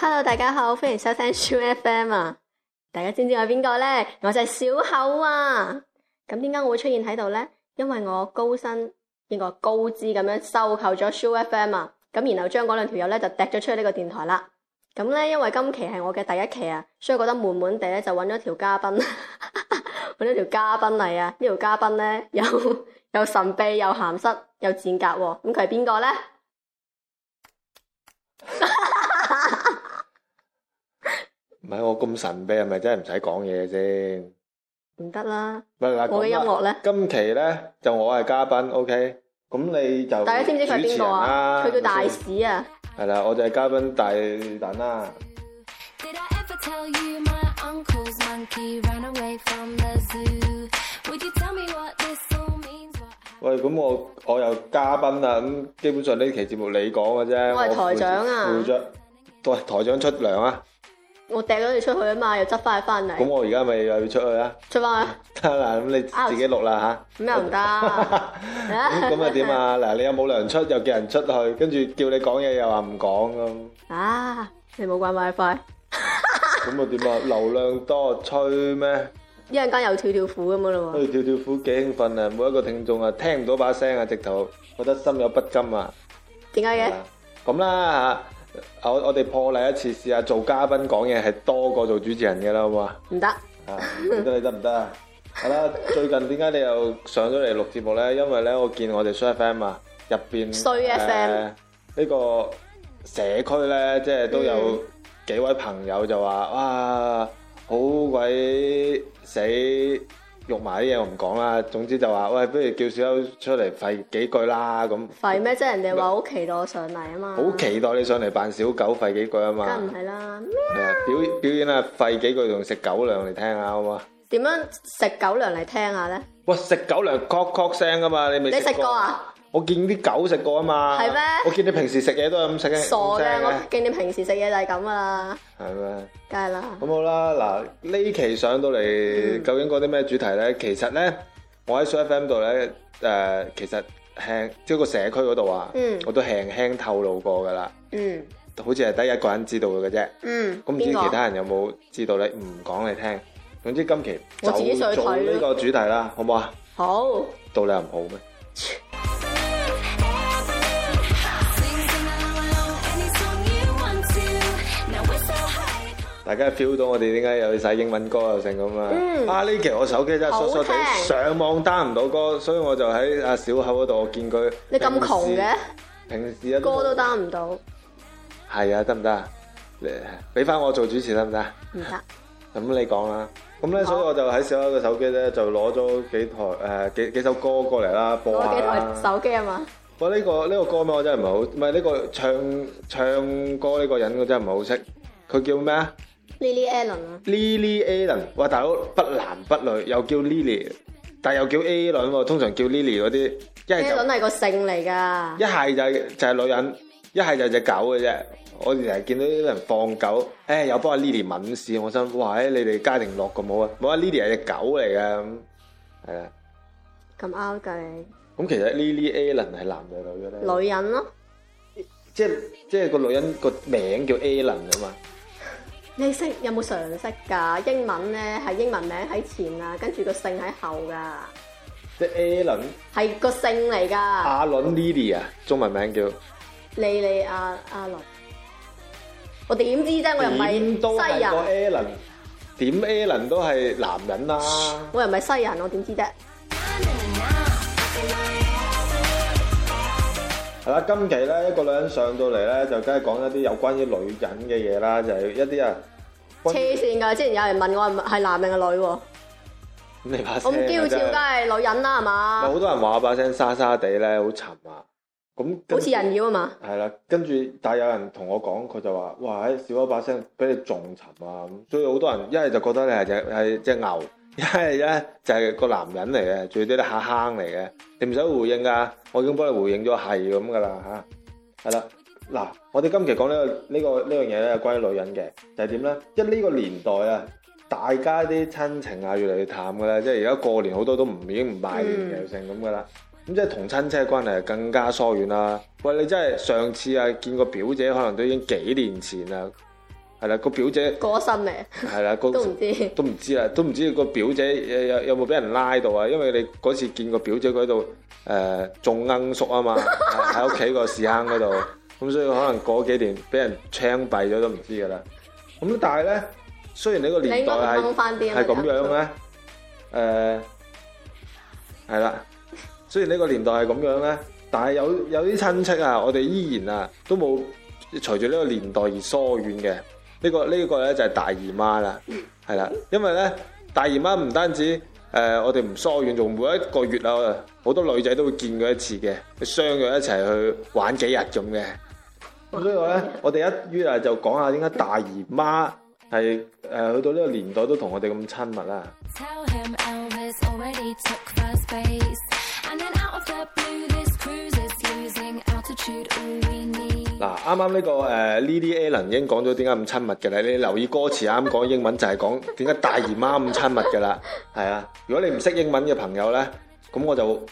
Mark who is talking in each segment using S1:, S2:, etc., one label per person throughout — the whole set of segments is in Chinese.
S1: Hello，大家好，歡迎收聽 Soo FM 啊！大家知唔知我係邊個呢？我就係小厚啊！咁點解我會出現喺度呢？因為我高薪應該高資咁樣收購咗 Soo FM 啊！咁然後將嗰兩條友咧就掟咗出去呢個電台啦。咁呢，因為今期係我嘅第一期啊，所以覺得悶悶地咧就揾咗條嘉賓， 揾咗條嘉賓嚟啊！呢條嘉賓呢，又又神秘又鹹濕又賤格喎、咁佢係邊個呢？
S2: 唔係我咁神秘，係咪真係唔使講嘢先？
S1: 唔得啦！
S2: 唔係嗱，
S1: 我嘅音
S2: 咁啦
S1: 樂呢。
S2: 今期咧就我係嘉賓，OK？咁你就
S1: 大家知唔知佢係邊個啊？佢
S2: 主持
S1: 叫
S2: 人啦
S1: 大使啊！
S2: 係啦，我就係嘉賓大蛋啦。
S3: Did I ever tell you my uncle's monkey ran away from the zoo? Would you tell me what this all means? What
S2: 喂，咁我我又嘉賓啦，咁基本上呢期節目你講嘅啫。
S1: 我係台長啊
S2: 副長，喂，台長出糧啊！
S1: 我掟咗你出去啊嘛，又執翻佢翻
S2: 咁
S1: 嚟，
S2: 我而家咪又要出去啊？
S1: 出翻去
S2: 得啦，咁你自己錄啦
S1: 咁又唔得。
S2: 吓。 咁咁啊點？啊？嗱，你又冇糧出，又叫人出去，跟住叫你講嘢又話唔講咁。
S1: 啊，你冇關 WiFi，
S2: 咁啊點啊？流量多吹咩？
S1: 一陣間又跳跳虎咁樣咯喎。
S2: 去跳跳虎幾興奮啊！每一個聽眾啊，聽唔到把聲啊，直頭覺得心有不甘啊！
S1: 點解嘅？
S2: 咁啦嚇，我我哋破例一次試下做嘉賓講嘢係多過做主持人嘅啦，好嘛？
S1: 唔得，
S2: 啊，你得你得唔得啊？係啦，最近點解你又上咗嚟錄節目咧？因為咧，我見我哋 s FM 啊，入邊
S1: 衰 FM
S2: 呢個社區咧，即係都
S1: 嗯
S2: 有幾位朋友就話：哇，好鬼死肉麻啲嘢，我唔講啦。總之就話：喂，不如叫小優出嚟吠幾句啦咁。
S1: 廢咩？即係人哋話好期待我上嚟啊嘛。
S2: 好期待你上嚟扮小狗吠幾句啊嘛！
S1: 梗唔係啦。咩
S2: 係啊表表演啊，吠幾句同食狗糧嚟聽下好啊嘛？
S1: 點樣食狗糧嚟聽下咧？
S2: 哇！食狗糧確確聲噶嘛，你未
S1: 你食過？啊？
S2: 我見啲狗食過啊嘛。
S1: 係咩
S2: 我見你平時食嘢都係咁食嘅。
S1: 傻
S2: 咁
S1: 嘅，
S2: 聲
S1: 我見你平時食嘢就係咁噶啦，
S2: 係咩？
S1: 梗係啦。
S2: 咁好啦，嗱呢期上到嚟，究竟講啲咩主題咧？其實咧，我喺 s FM 度咧，誒，其實輕即係個社區嗰度啊
S1: 嗯，
S2: 我都輕輕透露過噶啦，
S1: 嗯
S2: 好似係得一個人知道嘅啫。
S1: 嗯，
S2: 咁唔知
S1: 邊個
S2: 其他人有冇知道咧？唔講你聽。總之今期
S1: 我自己上
S2: 就
S1: 去
S2: 做
S1: 睇咯
S2: 呢個主題啦，好唔好啊？
S1: 好。
S2: 道理又唔好咩？
S3: sing, sing along, along any song you want to. Now we're so high.
S2: 大家 feel 到我哋點解又要使英文歌又成咁啊？
S1: 嗯
S2: 啊呢期我手機真係疏
S1: 好
S2: 疏地
S1: 聽
S2: 上網 down 唔到歌，所以我就喺阿小口嗰度，我見佢
S1: 你咁窮嘅，
S2: 平時，平時啊
S1: 歌都 down 唔到，唔
S2: 係啊，得唔得啊？你俾翻我做主持得唔得啊？
S1: 得。
S2: 咁你講啦。咁咧，
S1: 好
S2: 所以我就喺小口嘅手機咧，就攞咗幾台誒、呃、幾幾首歌過嚟啦，播
S1: 攞
S2: 下
S1: 幾
S2: 啦
S1: 台手機啊嘛，
S2: 我呢、個呢、個歌名我真係唔係好，唔係呢個唱唱歌呢個人我真係唔係好識。佢叫咩啊
S1: Lily Allen 啊，
S2: ？Lily Allen，哇大佬不男不女，又叫 Lily，但又叫 A 輪喎。通常叫 Lily 嗰啲，一係
S1: a
S2: 就
S1: l 係個姓嚟㗎
S2: 一，係就係就係女人，一係就係只狗嘅啫。我哋成日見到啲人放狗，誒、又幫阿 Lily 抿屎，我心諗哇！誒你哋家庭樂咁好啊，冇啊 Lily 係只狗嚟嘅咁，係啦。
S1: 咁 out 㗎你，
S2: 咁其實 Lily Allen 係男定係女嘅咧？
S1: 女人咯，
S2: 即係即係個女人個名叫 Allen 啊嘛。
S1: 你識有冇常識㗎？英文咧係英文名喺前啊，跟住個姓喺後㗎，
S2: 即係 A 輪
S1: 係個姓嚟㗎。
S2: 阿倫 Lily 啊，中文名叫
S1: 莉莉亞阿倫，我點知啫？我又唔
S2: 點都
S1: 係西
S2: 係個
S1: 人，
S2: A 輪，點 A 輪都係男人啦、
S1: 我又唔係西人，我點知啫？
S2: 係啦，今期咧一個女人上到嚟咧，就梗係講一啲有關於女人嘅嘢啦，就係、一啲啊，
S1: 黐
S2: 關於
S1: 線㗎！之前有人問我係咪係男定係女喎，
S2: 咁你把
S1: 我
S2: 聲
S1: 咁嬌
S2: 真
S1: 俏
S2: 係
S1: 梗係女人啦係
S2: 咪
S1: 嘛
S2: 好，多人話我把聲沙沙地咧，好沉啊，咁跟
S1: 好似人妖啊嘛，
S2: 係啦，跟住但係有人同我講，佢就話：哇，唉少咗把聲，比你仲沉啊！咁所以好多人一係就覺得你係只係只牛，一係咧就係個男人嚟嘅，最低都下坑嚟嘅。你唔使回應噶，我已經幫你回應咗係咁噶啦吓，係啦，嗱，我哋今期講呢、個呢、個呢樣嘢咧，關於女人嘅，就係點咧？因為呢個年代啊，大家啲親情啊越嚟越淡噶啦，即係而家過年好多都唔已經唔拜年
S1: 嗯
S2: 又成咁噶啦。咁即係同親戚關係更加疏遠啦。喂，你真係上次啊見個表姐，可能都已經幾年前啦，係啦，個表姐
S1: 過咗身未？
S2: 係啦，個
S1: 都唔知。
S2: 都唔知啦，都唔知個表姐有有有冇俾人拉到啊？因為你嗰次見個表姐嗰度誒仲罌粟啊嘛，喺喺屋企個屎坑嗰度，咁所以可能過幾年俾人槍斃咗都唔知噶啦。咁但係咧，雖然呢個
S1: 你
S2: 年
S1: 應
S2: 代
S1: 該
S2: 係
S1: 掹翻啲啊
S2: 係咁樣
S1: 嘛
S2: 咧，誒係啦。雖然呢個年代係咁樣咧，但係有有啲親戚啊，我哋依然啊都冇隨住呢個年代而疏遠嘅。呢、個呢、個咧就係大姨媽啦，係啦，因為咧大姨媽唔單止誒、呃我哋唔疏遠，仲每一個月啊，好多女仔都會見佢一次嘅，相約一齊去玩幾日咁嘅。咁所以咧，我哋一於啊就講下點解大姨媽係誒、呃去到呢個年代都同我哋咁親密啊啦。
S3: Tell him Elvis already took first base. And then out of the blue, this cruise is losing altitude. All we need.
S2: 嗱，啱啱呢個誒 Lily Allen 已經講咗點解咁親密嘅啦，你留意歌詞啱講英文就係講點解大姨媽咁親密嘅啦，係啊，如果你唔識英文嘅朋友咧，咁我就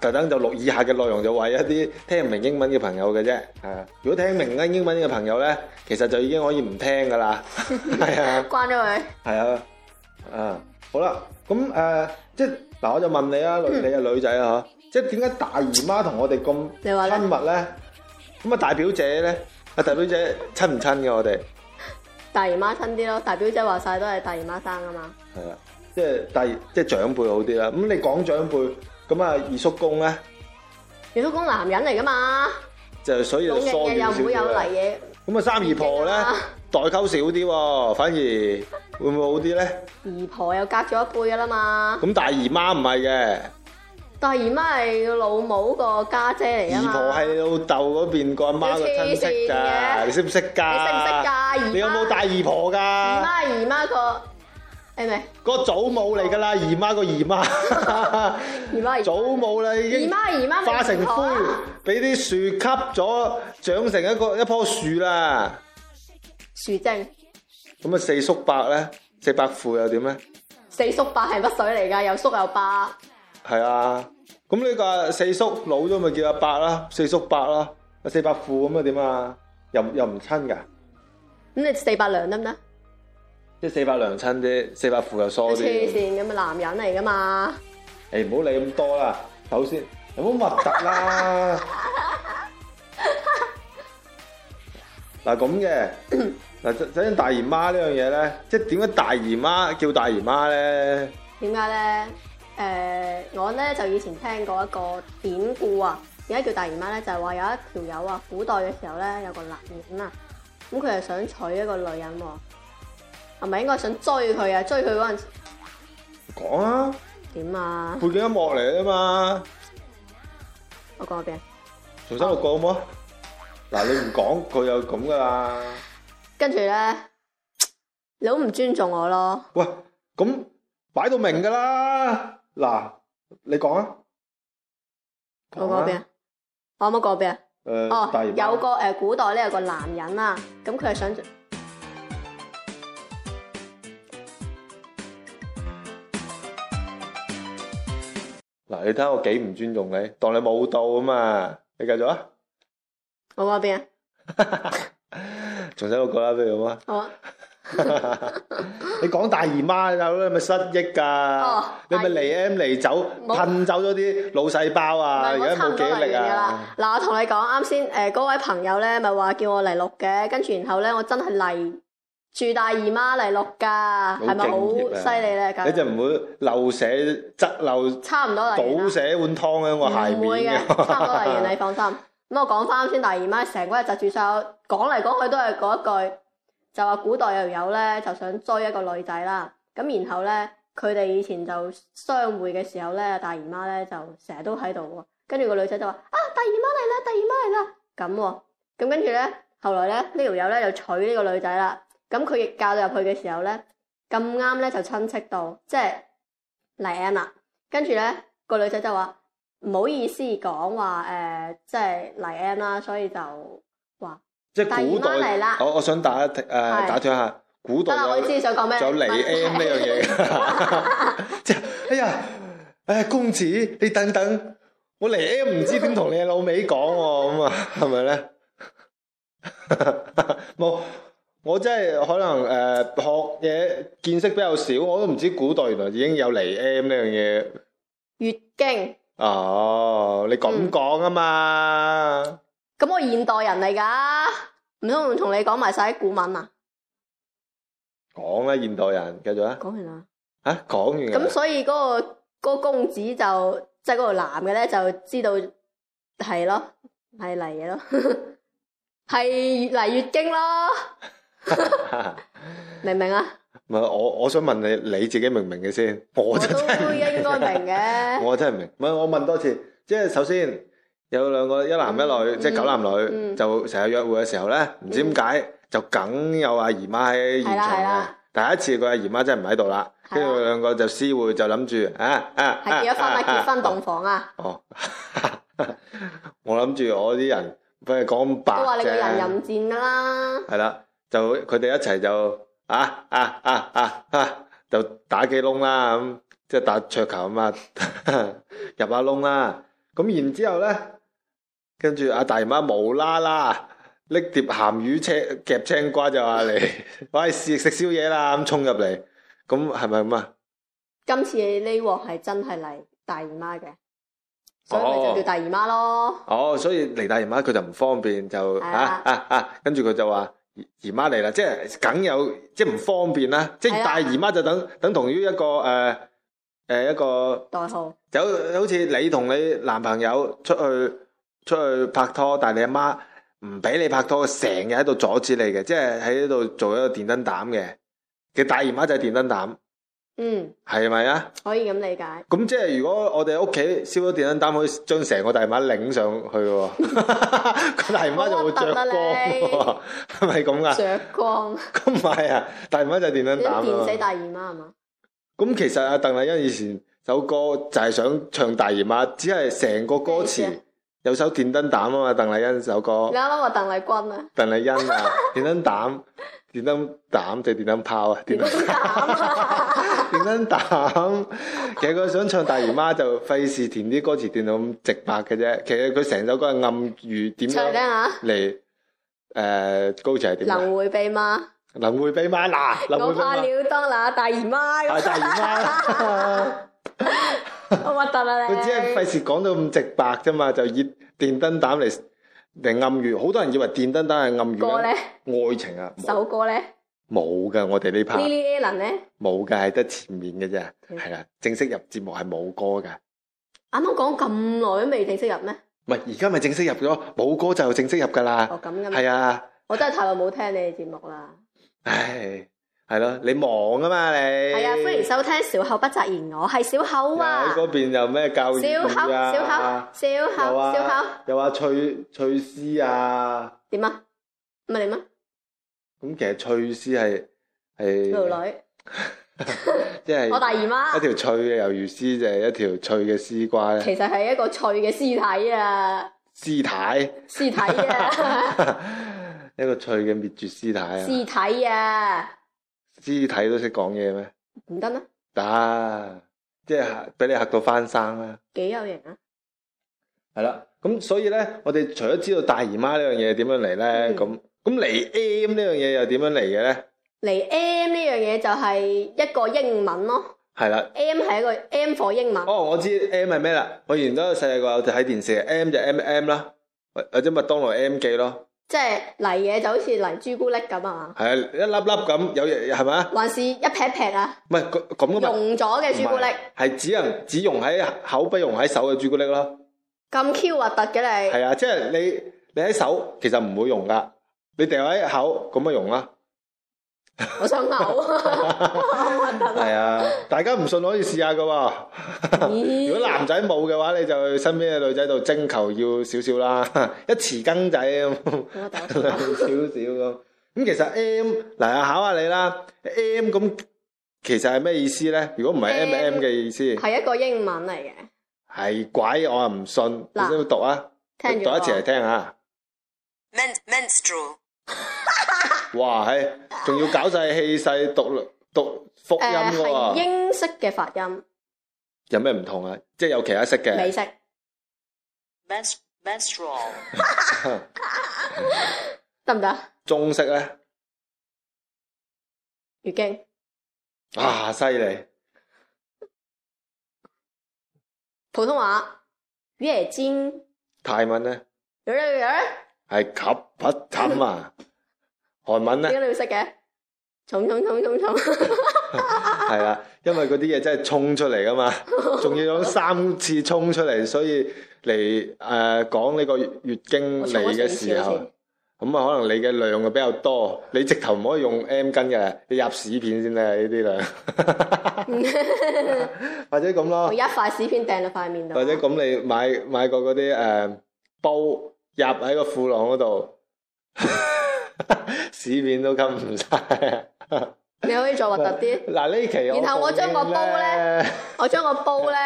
S2: 特登就錄以下嘅內容就為一啲聽唔明英文嘅朋友嘅啫，係啊，如果聽明緊英文嘅朋友咧，其實就已經可以唔聽噶啦，係啊。
S1: 關咗佢。
S2: 係啊，啊好啦，咁誒、呃即係嗱，我就問你啊，女你係女仔啊，嗬，即係點解大姨媽同我哋咁
S1: 你話咧
S2: 親密咧？咁啊大表姐咧，啊大表姐親唔親嘅我哋？
S1: 大姨媽親啲咯，大表姐話晒都係大姨媽生啊嘛。
S2: 係啊，即係大姨即係長輩好啲啦。咁你講長輩，咁啊二叔公咧，
S1: 你都講男人嚟噶嘛，
S2: 就所以
S1: 老
S2: 就
S1: 嘅
S2: 疏
S1: 嘅
S2: 遠
S1: 又
S2: 少
S1: 唔會有
S2: 少啦
S1: 嚟。嘢，
S2: 咁啊三姨婆咧
S1: 勁啊，
S2: 代溝少啲喎，反而會唔會好啲咧？
S1: 姨婆又隔咗一輩噶啦嘛。
S2: 咁大姨媽唔係嘅。
S1: 大姨媽係老母個家姐嚟噶
S2: 姨
S1: 啊嘛。
S2: 婆係你老豆嗰邊個阿媽個親戚咋，你
S1: 你黐線嘅
S2: 識唔識㗎？
S1: 你識唔識㗎姨媽
S2: 你有冇大姨婆
S1: 姨
S2: 㗎？
S1: 媽係姨媽個誒咪
S2: 個祖母嚟㗎啦，姨媽個姨媽，
S1: 姨媽係姨媽
S2: 祖母啦已經。
S1: 姨媽係姨媽咪
S2: 化成
S1: 姨婆
S2: 灰
S1: 啊，
S2: 俾啲樹吸咗，長成一個一棵樹啦。
S1: 樹精
S2: 咁啊，四叔伯咧，四伯父又點咧？
S1: 四叔伯係乜水嚟㗎？又叔又伯，
S2: 係啊，咁呢個四叔老咗咪叫阿伯啦，四叔伯啦，四伯父咁啊點啊？又又唔親㗎？
S1: 咁你四伯娘得唔得？
S2: 即係四伯娘親啲， 四伯父又疏
S1: 你
S2: 啲。
S1: 黐線咁啊，男人嚟噶嘛。
S2: 誒唔好理咁多啦，首先有冇核突 啦？嗱咁嘅嗱，首首先大姨媽呢樣嘢咧，即係點解大姨媽叫大姨媽咧？
S1: 點解咧？誒、呃我咧就以前聽過一個典故啊，點解叫大姨媽咧？就係、話有一條友啊，古代嘅時候咧，有個男人啊，咁佢係想娶一個女人喎、係咪應該想追佢啊？追佢嗰陣時
S2: 講啊，
S1: 點啊？
S2: 背景音樂嚟啊嘛，
S1: 我講一遍，
S2: 重新錄過好冇啊？嗱，你唔講佢又咁噶啦。
S1: 跟住咧，
S2: 啊
S1: 你好唔尊重我咯？
S2: 喂，咁擺到明噶啦。嗱，你講啊。
S1: 我講一遍
S2: 誒，，
S1: 我有冇講一遍？哦
S2: 大姨，媽
S1: 有個誒、古代咧有個男人啊，咁佢係想
S2: 嗱，你睇下我幾唔尊重你，當你冇到啊嘛，你繼續啊，
S1: 我講一遍啊，
S2: 重新錄過啦，不如 好啊？
S1: 好啊。
S2: 你講大姨媽有啦，你咪失憶㗎，
S1: 哦
S2: 你咪
S1: 大姨
S2: 嚟 M 嚟走，
S1: 冇
S2: 噴走咗啲腦細胞
S1: 唔係，
S2: 啊，而
S1: 我
S2: 家
S1: 差唔
S2: 冇記
S1: 多嚟
S2: 憶
S1: 完
S2: 力
S1: 㗎啦
S2: 啊，。
S1: 嗱，我同你講，啱先誒嗰位朋友咧，咪話叫我嚟錄嘅，跟住然後咧，我真係嚟住大姨媽嚟錄㗎，係咪好
S2: 敬業啊
S1: 犀利咧？
S2: 你
S1: 咁
S2: 就唔會漏寫側漏
S1: 差唔多嚟完
S2: 倒
S1: 啦，
S2: 寫碗湯喺我鞋
S1: 唔會
S2: 面
S1: 嘅，差唔多嚟完，你放心。咁我講翻啱先大姨媽，成個日窒住晒，我講嚟講去都係嗰一句，就話古代又有咧，就想追一個女仔啦。咁然後咧，佢哋以前就相會嘅時候咧，大姨媽咧就成日都喺度喎。跟住個女仔就話：啊，大姨媽嚟啦，大姨媽嚟啦！咁喎、咁跟住咧，後來咧呢條友咧就娶呢個女仔啦。咁佢亦嫁到入去嘅時候咧，咁啱咧就親戚到，即係嚟 M 啦。跟住咧個女仔就話唔好意思講話誒，即係嚟 M 啦，所以就話
S2: 即係古
S1: 大姨媽嚟
S2: 代
S1: 啦。
S2: 我我想打一誒打斷一下，古
S1: 得
S2: 代
S1: 啦，我
S2: 有
S1: 知。你想講咩？啊
S2: 仲有嚟 M 呢樣嘢，即係哎呀，誒公子，你等等，我嚟 M 唔知點同你老味講喎，咁啊，係咪 咧？冇，我真係可能誒、呃學嘢見識比較少，我都唔知古代原來已經有嚟 M 呢樣嘢。
S1: 月經。
S2: 哦，你咁講啊嘛，
S1: 咁我現代人嚟噶，唔通同你講埋晒啲古文啊？
S2: 講啦、現代人，繼續啊，
S1: 講完啦。
S2: 嚇、講完㗎
S1: 咁
S2: 啦
S1: 所以嗰、個嗰個公子就即係嗰個男嘅咧，就知道係咯，係嚟嘅咯，係越嚟越經咯， 明唔明啊？
S2: 唔係我我想問你你自己明唔明嘅先？我
S1: 我
S2: 就
S1: 都
S2: 真係唔
S1: 應該明嘅。
S2: 我真係唔明。唔係我問多次，即係首先有兩個一男一女，
S1: 嗯
S2: 即係九男女，
S1: 嗯
S2: 就成日約會嘅時候咧，唔知點解、就梗有阿姨媽喺現場
S1: 係
S2: 嘅
S1: 啦。
S2: 第一次佢阿姨媽真係唔喺度啦，
S1: 係啦
S2: 跟住佢兩個就私會就諗住啊啊，
S1: 係結咗婚啦，
S2: 啊
S1: 結婚洞。房啊，
S2: 哦， 我諗住我啲人不係講咁白
S1: 都話你個人
S2: 啫
S1: 淫賤噶啦，
S2: 係啦，就佢哋一齊就啊啊啊啊啊，就打幾窿啦咁，即係打桌球咁啊， 入下窿啦。咁然之後咧，跟住阿大姨媽無啦啦拎碟鹹魚青夾青瓜就話嚟， 喂食食宵夜啦咁衝入嚟，咁係咪咁啊？
S1: 今次呢鑊係真係嚟大姨媽嘅，所以
S2: 哦
S1: 咪就叫大姨媽咯。
S2: 哦，所以嚟大姨媽佢就唔方便，就
S1: 係
S2: 啊
S1: 啊
S2: 啊啊，跟住佢就話姨姨媽嚟啦，即係梗有即係唔方便啦，即係
S1: 係啊
S2: 大姨媽就等等同於一個誒誒、一個
S1: 代號
S2: 就好似你同你男朋友出去出去拍拖，但係你阿媽唔俾你拍拖，成日喺度阻止你嘅，即係喺度做一個電燈膽嘅嘅大姨媽就係電燈膽，
S1: 嗯，
S2: 係咪啊？
S1: 可以咁理解。
S2: 咁即係如果我哋屋企燒咗電燈膽，可以將成個大媽擰上去嘅 喎，個大媽就會着光嘅
S1: 啊
S2: 喎，係咪 咁噶？
S1: 着光，
S2: 咁唔係啊，大媽就係電燈
S1: 你都電死
S2: 啊膽啊！
S1: 大姨媽係嘛？
S2: 咁其實阿鄧麗欣以前首歌就係想唱大姨媽，只係成個歌詞
S1: 咩啊事
S2: 有首電燈膽啊嘛，鄧麗欣首歌
S1: 你，啱啱話鄧麗君啊，
S2: 鄧麗欣啊，電 燈膽，電燈膽就係電燈泡啊，電燈
S1: 點 啊？
S2: 電燈膽， 其實佢想唱大姨媽就費事填啲歌詞填到咁直白嘅啫。其實佢成首歌係暗喻點啊
S1: 唱嚟聽
S2: 樣
S1: 下，
S2: 嚟誒、呃高潮係點啊？
S1: 能會被嗎？
S2: 能會俾媽嗱，能
S1: 我
S2: 會俾
S1: 怕
S2: 媽
S1: 了當那大姨媽
S2: 係啊大姨
S1: 咁，
S2: 媽啦。
S1: 好核突啊你！
S2: 佢只係費事講到咁直白啫嘛，就以電燈膽嚟嚟暗喻。好多人以為電燈膽係暗喻
S1: 歌咧，
S2: 緊愛情啊，冇
S1: 首歌咧
S2: 冇㗎，我哋呢 part。
S1: ，Lily Allen 咧，
S2: 冇㗎，係得前面嘅啫，
S1: 嗯
S2: 係啦，正式入節目係冇歌㗎。
S1: 啱啱講咁耐都未正式入咩？
S2: 唔係，而家咪正式入咗，冇歌就正式入㗎啦。
S1: 哦咁嘅咩，
S2: 係啊，
S1: 我真係太耐冇聽你哋節目啦。
S2: 唉，係咯，你忙啊嘛你。
S1: 係啊，歡迎收聽小口不擇言，我係小口啊
S2: 喺，嗰邊又咩教育
S1: 小口小口
S2: 啊？
S1: 小
S2: 有
S1: 口
S2: 啊
S1: 小口，
S2: 又話翠翠絲啊，
S1: 點啊？咁咪點啊？
S2: 咁其實翠絲係係
S1: 條女，
S2: 即係
S1: 我大姨
S2: 嗯一
S1: 媽，
S2: 條翠嘅魷魚絲就係一條翠嘅絲瓜咧，
S1: 其實係一個脆嘅屍體啊，
S2: 絲帶，
S1: 屍體 啊，
S2: 一個翠嘅滅絕絲帶啊，
S1: 屍體啊，
S2: 屍體都識講嘢咩？
S1: 唔得咩？
S2: 得，即係俾你嚇到翻生啦。
S1: 幾有型啊！
S2: 係啦，咁所以咧，我哋除咗知道大姨媽呢樣嘢點樣嚟咧，
S1: 嗯
S2: 咁咁嚟 M 呢樣嘢又點樣嚟嘅咧？
S1: 嚟 M 呢樣嘢就係一個英文咯
S2: 係啦，
S1: ，M 係一個 M for 英文，
S2: 哦，我知 M 係咩啦，我以前都係細個就睇電視嘅，M 就 M M 啦，或或者麥當勞 M 記咯，
S1: 即係嚟嘢就好似嚟朱古力咁啊，
S2: 係啊，一粒粒咁有嘢係咪啊？
S1: 還是一撇撇啊，
S2: 唔係咁咁噶嘛，
S1: 溶咗嘅朱古力
S2: 唔係係只能只溶喺口，不溶喺手嘅朱古力咯。
S1: 咁 Q 核突嘅你，
S2: 係啊，即係你你喺手其實唔會溶噶，你掉喺口咁咪溶啦。
S1: 我想嘔，好核突啊！
S2: 係啊，大家唔信可以試下噶喎。
S1: 咦
S2: 如果男仔冇嘅話，你就去身邊嘅女仔度徵求要少少啦， 一匙羹仔咁
S1: 好核突
S2: 少少咁。咁其實 M 嗱考下你啦，M 咁其實係咩意思咧？如果唔係 M
S1: M
S2: M 嘅意思，
S1: 係一個英文嚟嘅，
S2: 係鬼我又唔信，你
S1: 嗱
S2: 識唔識讀啊？讀
S1: 聽
S2: 一
S1: 住
S2: 次嚟
S1: 喎
S2: 聽下。
S4: Men- menstrual,
S2: 哇，係仲要搞晒氣勢讀讀福音
S1: 誒
S2: 嘅
S1: 呃係
S2: 喎，
S1: 英式嘅發音，
S2: 有咩唔同啊？即係有其他式嘅
S1: 美式
S4: Menst- menstrual.
S1: 得唔得？
S2: 中式咧
S1: 月經
S2: 啊，犀利
S1: 普通話月經
S2: 泰文咧
S1: 有有有，
S2: 係及不冚啊，韓 文
S1: 點解你
S2: 咧
S1: 會識嘅？重重重 重重，
S2: 係啦，因為嗰啲嘢真係衝出嚟噶 嘛，仲要有三次衝出嚟，所以嚟誒講呢個月經
S1: 我
S2: 嚟
S1: 重咗
S2: 嘅
S1: 成
S2: 時
S1: 次好
S2: 候
S1: 似。
S2: 咁啊，可能你嘅量就比較多，你直頭唔可以用 M 巾嘅，你入屎片先得呢 啲量， 或者咁
S1: 我
S2: 咯
S1: 一，塊屎片掟落塊面度，
S2: 或者咁你買買個嗰啲誒煲入喺個褲囊嗰度， 屎片都冚唔晒。
S1: 你可以再核突啲。
S2: 嗱呢期
S1: 然後我將個煲
S2: 咧
S1: 呢，我將個煲咧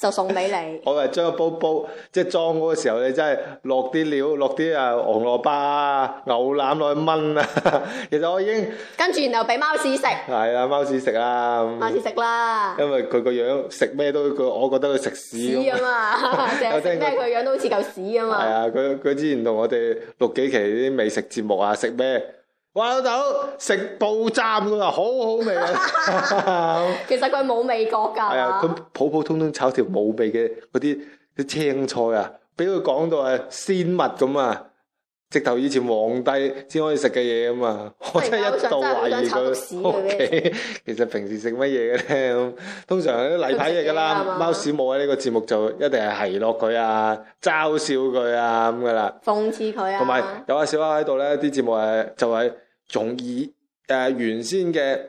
S1: 就送俾你，
S2: 我係將個煲煲即係裝嗰個時候，你真係落啲料，落啲啊紅蘿蔔啊、牛腩落去炆啊。 其實我已經
S1: 跟住然後俾貓屎食，
S2: 係啦，貓屎食啦，
S1: 貓
S2: 咁
S1: 屎食啦，
S2: 因為佢個樣食咩都，佢我覺得佢食屎
S1: 屎啊啊
S2: 咁。
S1: 嘛，成 日食
S2: 有聽過
S1: 咩佢樣都好似嚿屎啊
S2: 係
S1: 嘛，
S2: 啊，佢佢之前同我哋錄幾期啲美食節目啊，食咩？哇老豆食布站㗎嘛，好好味啊！
S1: 其實佢冇味覺㗎，
S2: 係啊，佢
S1: 係嘛
S2: 普普通通炒條冇味嘅嗰啲啲青菜啊，俾佢講到係鮮蜜咁啊！直頭以前皇帝先可以食嘅嘢咁啊！ 我真係一度懷疑佢 屋企其實平時食乜嘢嘅咧咁，通常係啲例牌嘢㗎 啦
S1: 佢食嘢㗎。嘛
S2: 貓屎冇喺啊呢個節目就一定係奚落佢啊、嘲笑佢啊咁㗎啦。
S1: 諷刺佢啊，
S2: 同埋有阿小黑喺度咧，啲節目係就係仲以誒、呃原先嘅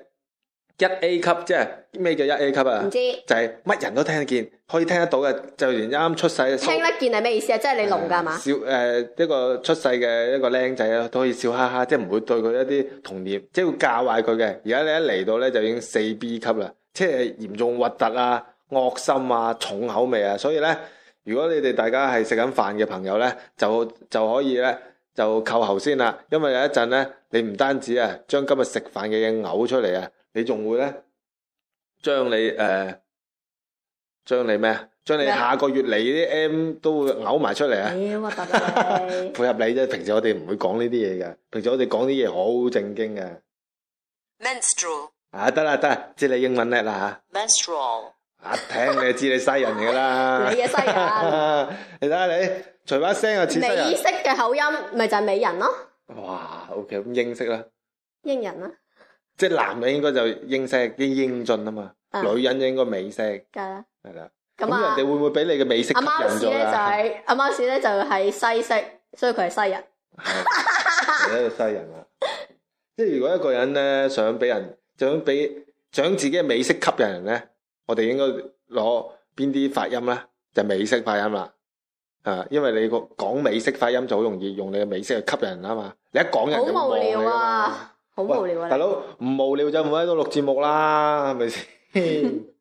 S2: 一 A 級，即係咩叫一 A 級啊
S1: 唔？知
S2: 就係乜人都聽得見，可以聽得到嘅，就連啱啱出世嘅
S1: 聽得見係咩意思啊？即係你聾㗎係嘛？
S2: 笑誒呃一個出世嘅一個僆仔啊，都可以笑哈哈，即係唔會對佢一啲童年，即係會教壞佢嘅。而家你一嚟到咧，就已經四 B 級啦，即係嚴重核突啊、惡心啊、重口味啊。所以咧，如果你哋大家係食緊飯嘅朋友咧，就就可以咧就扣喉先啦，因為有一陣咧，你唔單止啊將今日食飯嘅嘢嘔出嚟啊，你仲會咧將你誒。呃將你咩啊？將你
S1: 咩啊
S2: 下個月嚟啲 M 都會嘔埋出嚟啊！
S1: 妖核突啊你！
S2: 配合你啫，平時我哋唔會講呢啲嘢嘅，平時我哋講啲嘢好正經嘅。
S4: Menstrual.
S2: 啊，得啦得啦，知你英文叻啦
S4: Menstrual.
S2: 吓，一聽你就知你西人嚟噶啦。
S1: 你嘅西人，
S2: 你睇下你，除把聲又似西
S1: 美
S2: 人。
S1: 式嘅口音咪就係美人咯，
S2: 哇，OK，咁英式啦，
S1: 英人啦，
S2: 即係男人應該就英式，英英俊啊嘛，
S1: 啊
S2: 女人就應該美式，
S1: 梗係啦。
S2: 係啦。咁
S1: 咁啊
S2: 人哋會，唔會俾你嘅美式吸
S1: 阿
S2: 引
S1: 貓屎
S2: 咗
S1: 咧就
S2: 啦？
S1: 係阿貓屎咧就係西式，所以佢係西人。
S2: 係一個西人啊！即係如果一個人咧想俾人想俾想自己嘅美式吸引人咧，我哋應該攞邊啲發音咧？就美式發音啦。啊，因為你個講美式發音就好容易用你嘅美式去吸引人啊嘛。你一講人
S1: 好
S2: 就會望
S1: 無
S2: 你
S1: 聊
S2: 㗎嘛！
S1: 啊！好無聊啊！
S2: 喂大佬唔無聊就唔好喺度錄節目啦，係咪先？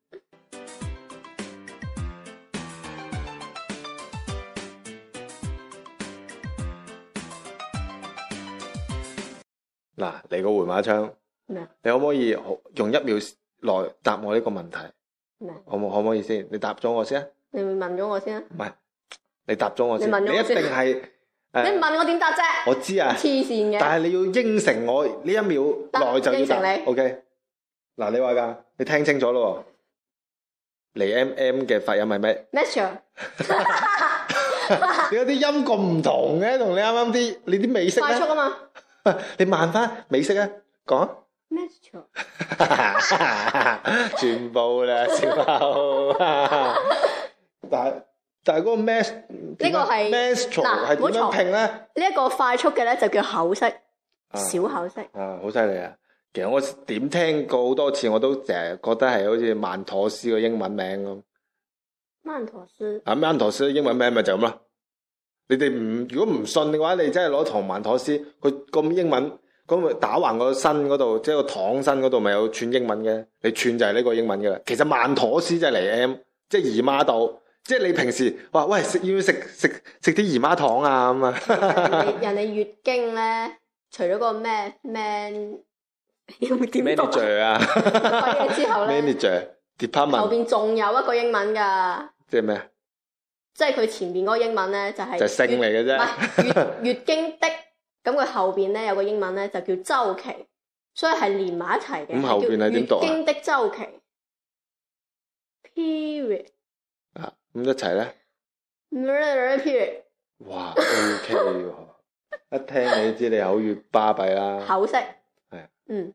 S2: 嗱，嚟個回馬槍，
S1: 咩啊
S2: 你可唔可以好用一秒內答我呢個問題？
S1: 咩啊
S2: 可唔可可唔可以先？你答咗我先啊，
S1: 你問咗我先啊！
S2: 唔係你答咗我先，
S1: 你問咗
S2: 你
S1: 我
S2: 一
S1: 先
S2: 定係
S1: 你唔
S2: 誒，
S1: 問我點答啫？
S2: 我知啊
S1: 黐。線嘅，
S2: 但係你要應承我呢一秒內就要
S1: 應承
S2: 答
S1: 你。
S2: O K，嗱你話㗎，你聽清楚咯喎。嚟 M M 嘅發音係咩？
S1: m a t u r
S2: 你有啲音咁唔同嘅，同你啱啱啲你啲美式
S1: 快速
S2: 咧，
S1: 啊嘛
S2: 你慢翻美式啊，講啊。
S1: m a t u r
S2: 全部啦，小歐。 但係但係嗰個 mas 呢
S1: 個係
S2: mastral
S1: 嗱
S2: 係點
S1: 唔好
S2: 樣
S1: 嘈
S2: 拼咧？
S1: 呢一個快速嘅咧就叫口式，
S2: 啊
S1: 小口式。
S2: 啊，好犀利啊！其實我點聽過好多次，我都成日覺得係好似曼妥斯個英文名咁。
S1: 曼陀 斯，
S2: 啊，曼妥斯英文名咪就咁啦。你哋唔如果唔信嘅話，你真係攞堂曼妥斯，佢咁英文，咁咪打橫個身嗰度，即係個糖身嗰度咪有串英文嘅，你串就係呢個英文嘅啦。其實曼妥斯就係嚟 M，即係姨媽度，即係你平時話喂食要唔要食食食啲姨媽糖啊咁
S1: 人
S2: 啊。
S1: 哋人哋月經咧，除咗個咩 man 要點讀啊
S2: manager 啊
S1: 畢業之後咧
S2: ，manager
S1: 後
S2: department
S1: 邊仲有一個英文㗎，
S2: 即係咩啊？
S1: 即係佢前邊嗰個英文咧就係
S2: 就姓嚟嘅
S1: 唔
S2: 啫。
S1: 係月月經的，咁佢後邊咧有個英文咧就叫周期，所以係連埋一齊嘅。
S2: 咁後邊係點讀啊
S1: 叫月經的周期，period
S2: 啊，咁一齊咧，
S1: period
S2: 哇，O K 喎！一聽你知你口語巴閉啦。
S1: 口式
S2: 啊，
S1: 嗯，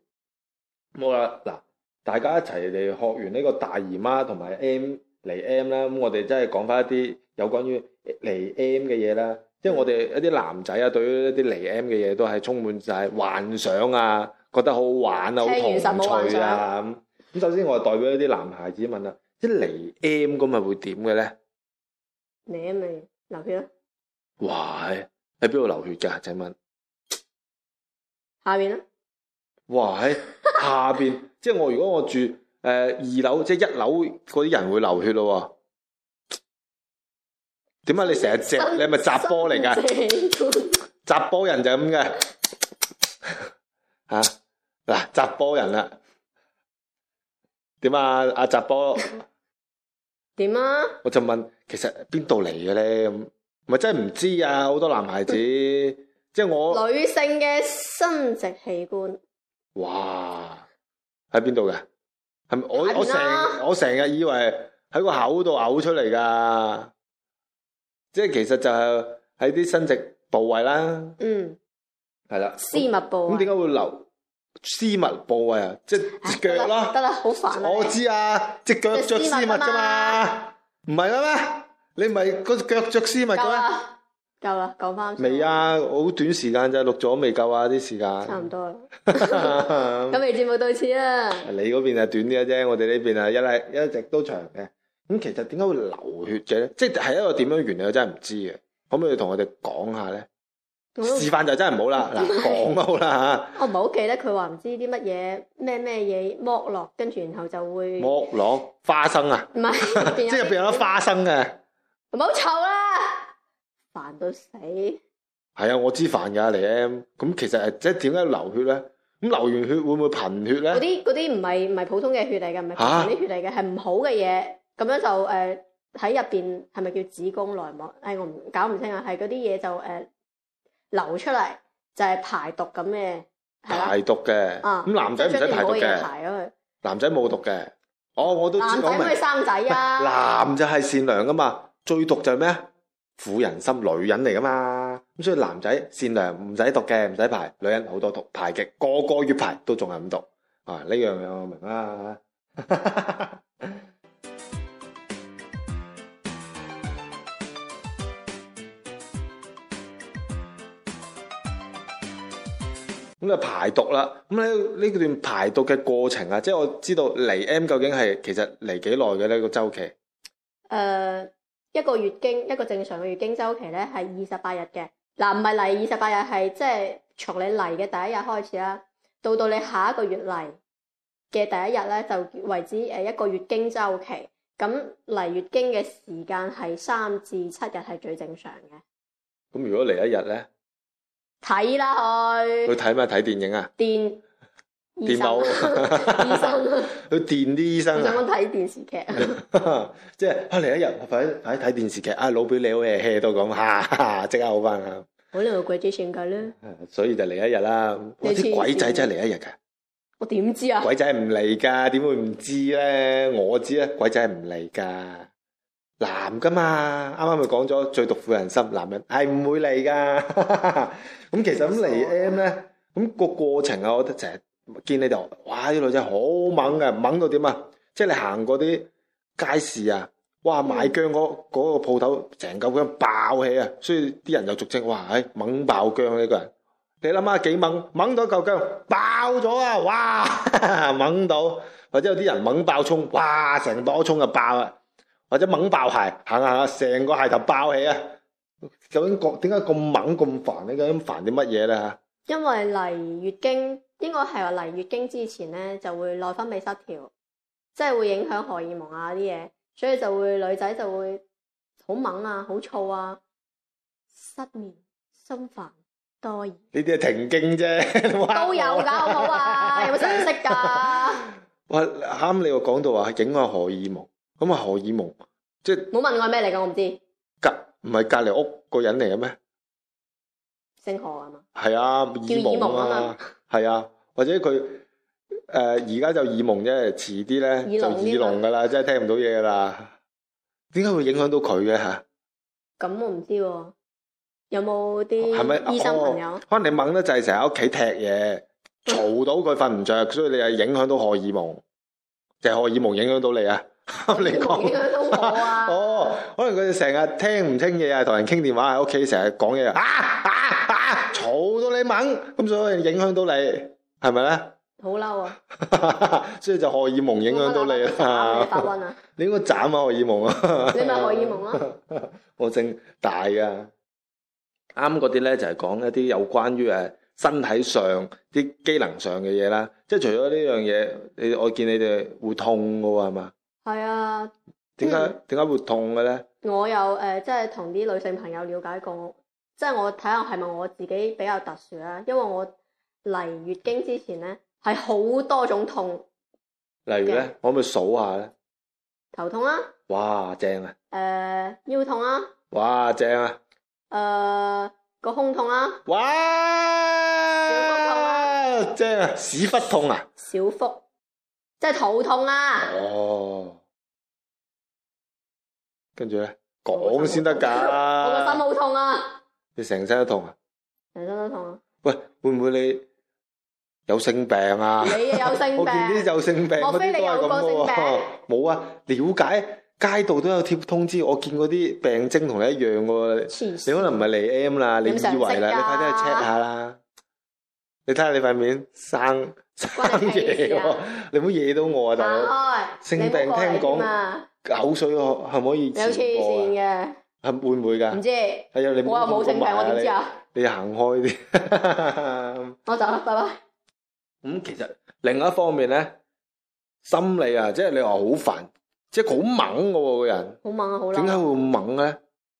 S2: 冇啦，嗱，大家一齊嚟學完呢個大姨媽同埋 M 嚟 M 啦，咁我哋真係講翻一啲有關於嚟 M 嘅嘢啦。因為我哋一啲男仔啊，對於一啲嚟 M 嘅嘢都係充滿晒幻想啊，覺得好好玩啊，好
S1: 聽完實冇
S2: 童
S1: 幻
S2: 趣
S1: 想
S2: 啊咁。咁首先我係代表一啲男孩子問啦，即係嚟 M 咁咪會點嘅咧？
S1: 你咪流血咯，
S2: 哇！喺邊度流血㗎？請問？
S1: 下邊啦，
S2: 哇！喺下邊， 即係我如果我住誒、呃二樓，即係一樓嗰啲人會流血咯喎。點解你成日隻你係咪雜波嚟㗎？
S1: 㗎？
S2: 雜波人就係咁嘅嚇嗱，雜波人啦。點啊？阿雜波，
S1: 點啊？
S2: 我就問，其實邊度嚟嘅咧？咁咪真係唔知啊！好多男孩子，即係我。
S1: 女性嘅生殖器官，
S2: 哇！喺邊度嘅？係咪我
S1: 下邊
S2: 我成
S1: 啦
S2: 我成日以為喺個口度嘔出嚟噶，即係其實就係喺啲生殖部位啦，
S1: 嗯，
S2: 係啦。
S1: 私密部
S2: 咁
S1: 位
S2: 點解會流私密部位啊？即係
S1: 哎得
S2: 腳
S1: 啦，得
S2: 啦。
S1: 啦，好煩啊！
S2: 我知啊，隻腳着絲襪啫嘛，唔係啦咩？你唔係個腳着絲襪
S1: 夠
S2: 嘅
S1: 啦，夠啦，講翻
S2: 咩？未，啊，好短時間咋，錄咗未夠啊啲時間。
S1: 差 唔多啦。咁你節目到此啊啦，
S2: 你嗰邊係短啲嘅啫，我哋呢邊係一嚟一直都長嘅。咁其實點解會流血嘅咧？即係一個點樣原理，我真係唔知嘅。可唔可以同我哋講下咧？
S1: 我都
S2: 示範就真係唔好啦，嗱 講啊都好啦
S1: 我唔係好記得佢話唔知啲乜嘢咩咩嘢剝落，跟住然後就
S2: 嚇。
S1: 會唔
S2: 剝落花生啊，
S1: 係入邊
S2: 即
S1: 有
S2: 係入邊有粒花生嘅。
S1: 唔好臭啦，煩到死！
S2: 係啊，我知煩㗎嚟 M。咁其實係即係點解流血咧？咁流完血會唔會貧血
S1: 嗰
S2: 咧？
S1: 啲嗰啲唔係唔係普通嘅血嚟嘅，唔係平
S2: 嚇
S1: 常啲血嚟嘅，係唔好嘅嘢。咁樣就誒喺入邊係咪叫子宮內膜？誒、哎我唔搞唔清啊，係嗰啲嘢就誒、呃流出嚟，就係、排毒咁嘅，係啦。
S2: 排毒嘅。
S1: 啊，
S2: 咁男仔唔
S1: 即
S2: 使
S1: 係將啲唔
S2: 排毒
S1: 好嘢
S2: 嘅，
S1: 排咗佢。
S2: 男仔冇毒嘅。哦，我都知
S1: 男仔
S2: 講明
S1: 可以。生仔啊，
S2: 男就係善良噶嘛，最毒就係咩啊？婦人心，女人嚟噶嘛，咁所以男仔善良唔使毒嘅，唔使排；女人好多毒，排極個個月排都仲係咁毒啊！呢樣嘢我明啦。 咁就啊排毒啦。咁呢呢段排毒嘅過程啊，即係我知道嚟 M 究竟係其實嚟幾耐嘅呢個周期？
S1: 誒、呃一個月經一個正常嘅月經周期咧係二十八日嘅，嗱唔係嚟二十八日係即係從你嚟嘅第一日開始啦，到到你下一個月嚟嘅第一日咧就為之呃誒一個月經周期。咁嚟月經嘅時間係三至七日係最正常嘅，
S2: 咁如果嚟一日咧，
S1: 睇啦
S2: 去
S1: 佢
S2: 睇咩？睇電影啊？
S1: 電醫
S2: 電
S1: 生
S2: 腦
S1: 醫 生，
S2: 去電啲醫
S1: 我
S2: 生
S1: 想
S2: 啊
S1: 講？睇電視劇。
S2: 即係啊嚟一日，快啲快啲睇電視劇啊！老表你好 hea 到咁，哈哈即刻好翻啦。
S1: 可能個鬼仔性格咧，
S2: 所以就嚟一日啦。哇！
S1: 你黐
S2: 啲
S1: 線
S2: 鬼仔真係嚟一日㗎，
S1: 我點知啊？
S2: 鬼仔唔嚟㗎，點會唔知咧？我知咧，鬼仔係唔嚟㗎。男㗎嘛，啱啱咪講咗最毒婦人心，男人係唔會嚟㗎。 咁其實咁嚟 M 咧，咁、個過程啊，我覺得成日見你就，哇！啲女仔好猛㗎，猛到點啊？即係你行過啲街市啊，哇！買姜嗰嗰個鋪頭，成嚿姜爆起啊，所以啲人就俗稱哇，唉，猛爆姜呢個人。你諗下幾猛，猛到一嚿姜爆咗啊！ 哇，猛到，或者有啲人猛爆葱，哇，成包葱就爆啊！或者猛爆鞋，行下行下成個鞋頭爆起啊！究竟個點解咁猛咁煩咧？究竟煩啲乜嘢咧？嚇，
S1: 因為嚟月經應該係話嚟月經之前咧就會內分泌失調，即係會影響荷爾蒙啊啲嘢，所以就會女仔就會好猛啊、好燥啊、失眠、心煩、多疑
S2: 呢啲係停經 啫，
S1: 都有㗎，好唔好 啊？有冇常識 㗎？
S2: 哇！啱你又講到話影響荷爾蒙，咁啊荷爾蒙即係
S1: 唔好問我係咩嚟㗎，我唔知。
S2: 隔唔係隔離屋個人嚟嘅咩？
S1: 姓何啊嘛？
S2: 係啊，
S1: 叫耳
S2: 耳蒙
S1: 蒙啊
S2: 啊
S1: 嘛
S2: 嘛，係啊，或者佢誒而家就耳蒙啫，遲啲咧
S1: 聾
S2: 就
S1: 啲嘛
S2: 耳聋噶啦，真係聽唔到嘢噶啦。點解會影響到佢嘅嚇？
S1: 咁我唔知喎，有冇
S2: 係咪
S1: 嗯啲醫生朋友
S2: 哦？可能你猛得滯，成日喺屋企踢嘢，嘈到佢瞓唔着，所以你係影響到荷爾蒙，就係荷爾蒙影響到你啊！
S1: 哦
S2: 你 講
S1: 影響到我啊
S2: 哦，可能佢哋成日聽唔清嘢啊，同人傾電話喺屋企成日講嘢啊啊啊，嘈到你猛，咁所以影響到你，係咪咧？
S1: 好嬲啊！
S2: 所以就荷爾蒙影響到你
S1: 我覺得我打你發
S2: 啦。
S1: 瘟啊！
S2: 你應該斬下荷爾蒙啊！
S1: 你咪荷爾蒙咯，
S2: 我正大啊噶。啱嗰啲咧就係講一啲有關於誒身體上啲機能上嘅嘢啦，即係除咗呢樣嘢，你我見你哋會痛嘅喎，係嘛？
S1: 係啊！
S2: 點解
S1: 嗯
S2: 點解會痛嘅咧？
S1: 我有誒、呃即係同啲女性朋友了解過，即係我睇下係咪我自己比較特殊啦。因為我嚟月經之前咧，係好多種痛，
S2: 例
S1: 嘅
S2: 如咧，可唔可以數下咧？
S1: 頭痛啦、
S2: 哇，正啊！
S1: 誒、腰痛啦、
S2: 哇，正啊！
S1: 誒、個胸痛啊啦、
S2: 哇，正啊！屎忽痛啊！
S1: 小腹，即係肚痛啊啦、
S2: 哦，跟住咧
S1: 我個
S2: 講
S1: 心
S2: 先得㗎。
S1: 我個心好痛啊，
S2: 你成身都痛啊？
S1: 人生都痛啊，
S2: 喂，會唔會你有性病啊？
S1: 你又有性
S2: 我見啲
S1: 病，
S2: 有性病嗰
S1: 莫非
S2: 啲都
S1: 你有
S2: 係
S1: 過
S2: 咁嘅
S1: 性
S2: 喎
S1: 病。
S2: 冇啊，了解街道都有貼通知，我見嗰啲病徵同你一樣嘅喎。
S1: 黐
S2: 你
S1: 線
S2: 可能唔係嚟 M 啦，你
S1: 點常
S2: 以為
S1: 識
S2: 啦，
S1: 㗎
S2: 你快啲去 check 下啦。你睇下你塊面生生
S1: 關你屁
S2: 嘢
S1: 事啊
S2: 喎，你唔好惹到我啊，大佬！
S1: 打開，
S2: 性
S1: 你
S2: 病
S1: 冇過嚟
S2: 聽講
S1: 添啊
S2: 口水可可唔可以
S1: 有黐
S2: 前過
S1: 線
S2: 啊？
S1: 嘅，
S2: 係會唔會㗎
S1: 唔？知。
S2: 係啊，你唔
S1: 我
S2: 好
S1: 又冇性病，
S2: 咁
S1: 我點知
S2: 埋啊？
S1: 啊？
S2: 你你行開 啲。
S1: 我走啦，拜拜。
S2: 咁、其實另一方面咧，心理啊，即係你話好煩，即係好猛嘅喎個人，
S1: 好猛啊，好
S2: 點解會
S1: 嬲！
S2: 咁猛咧？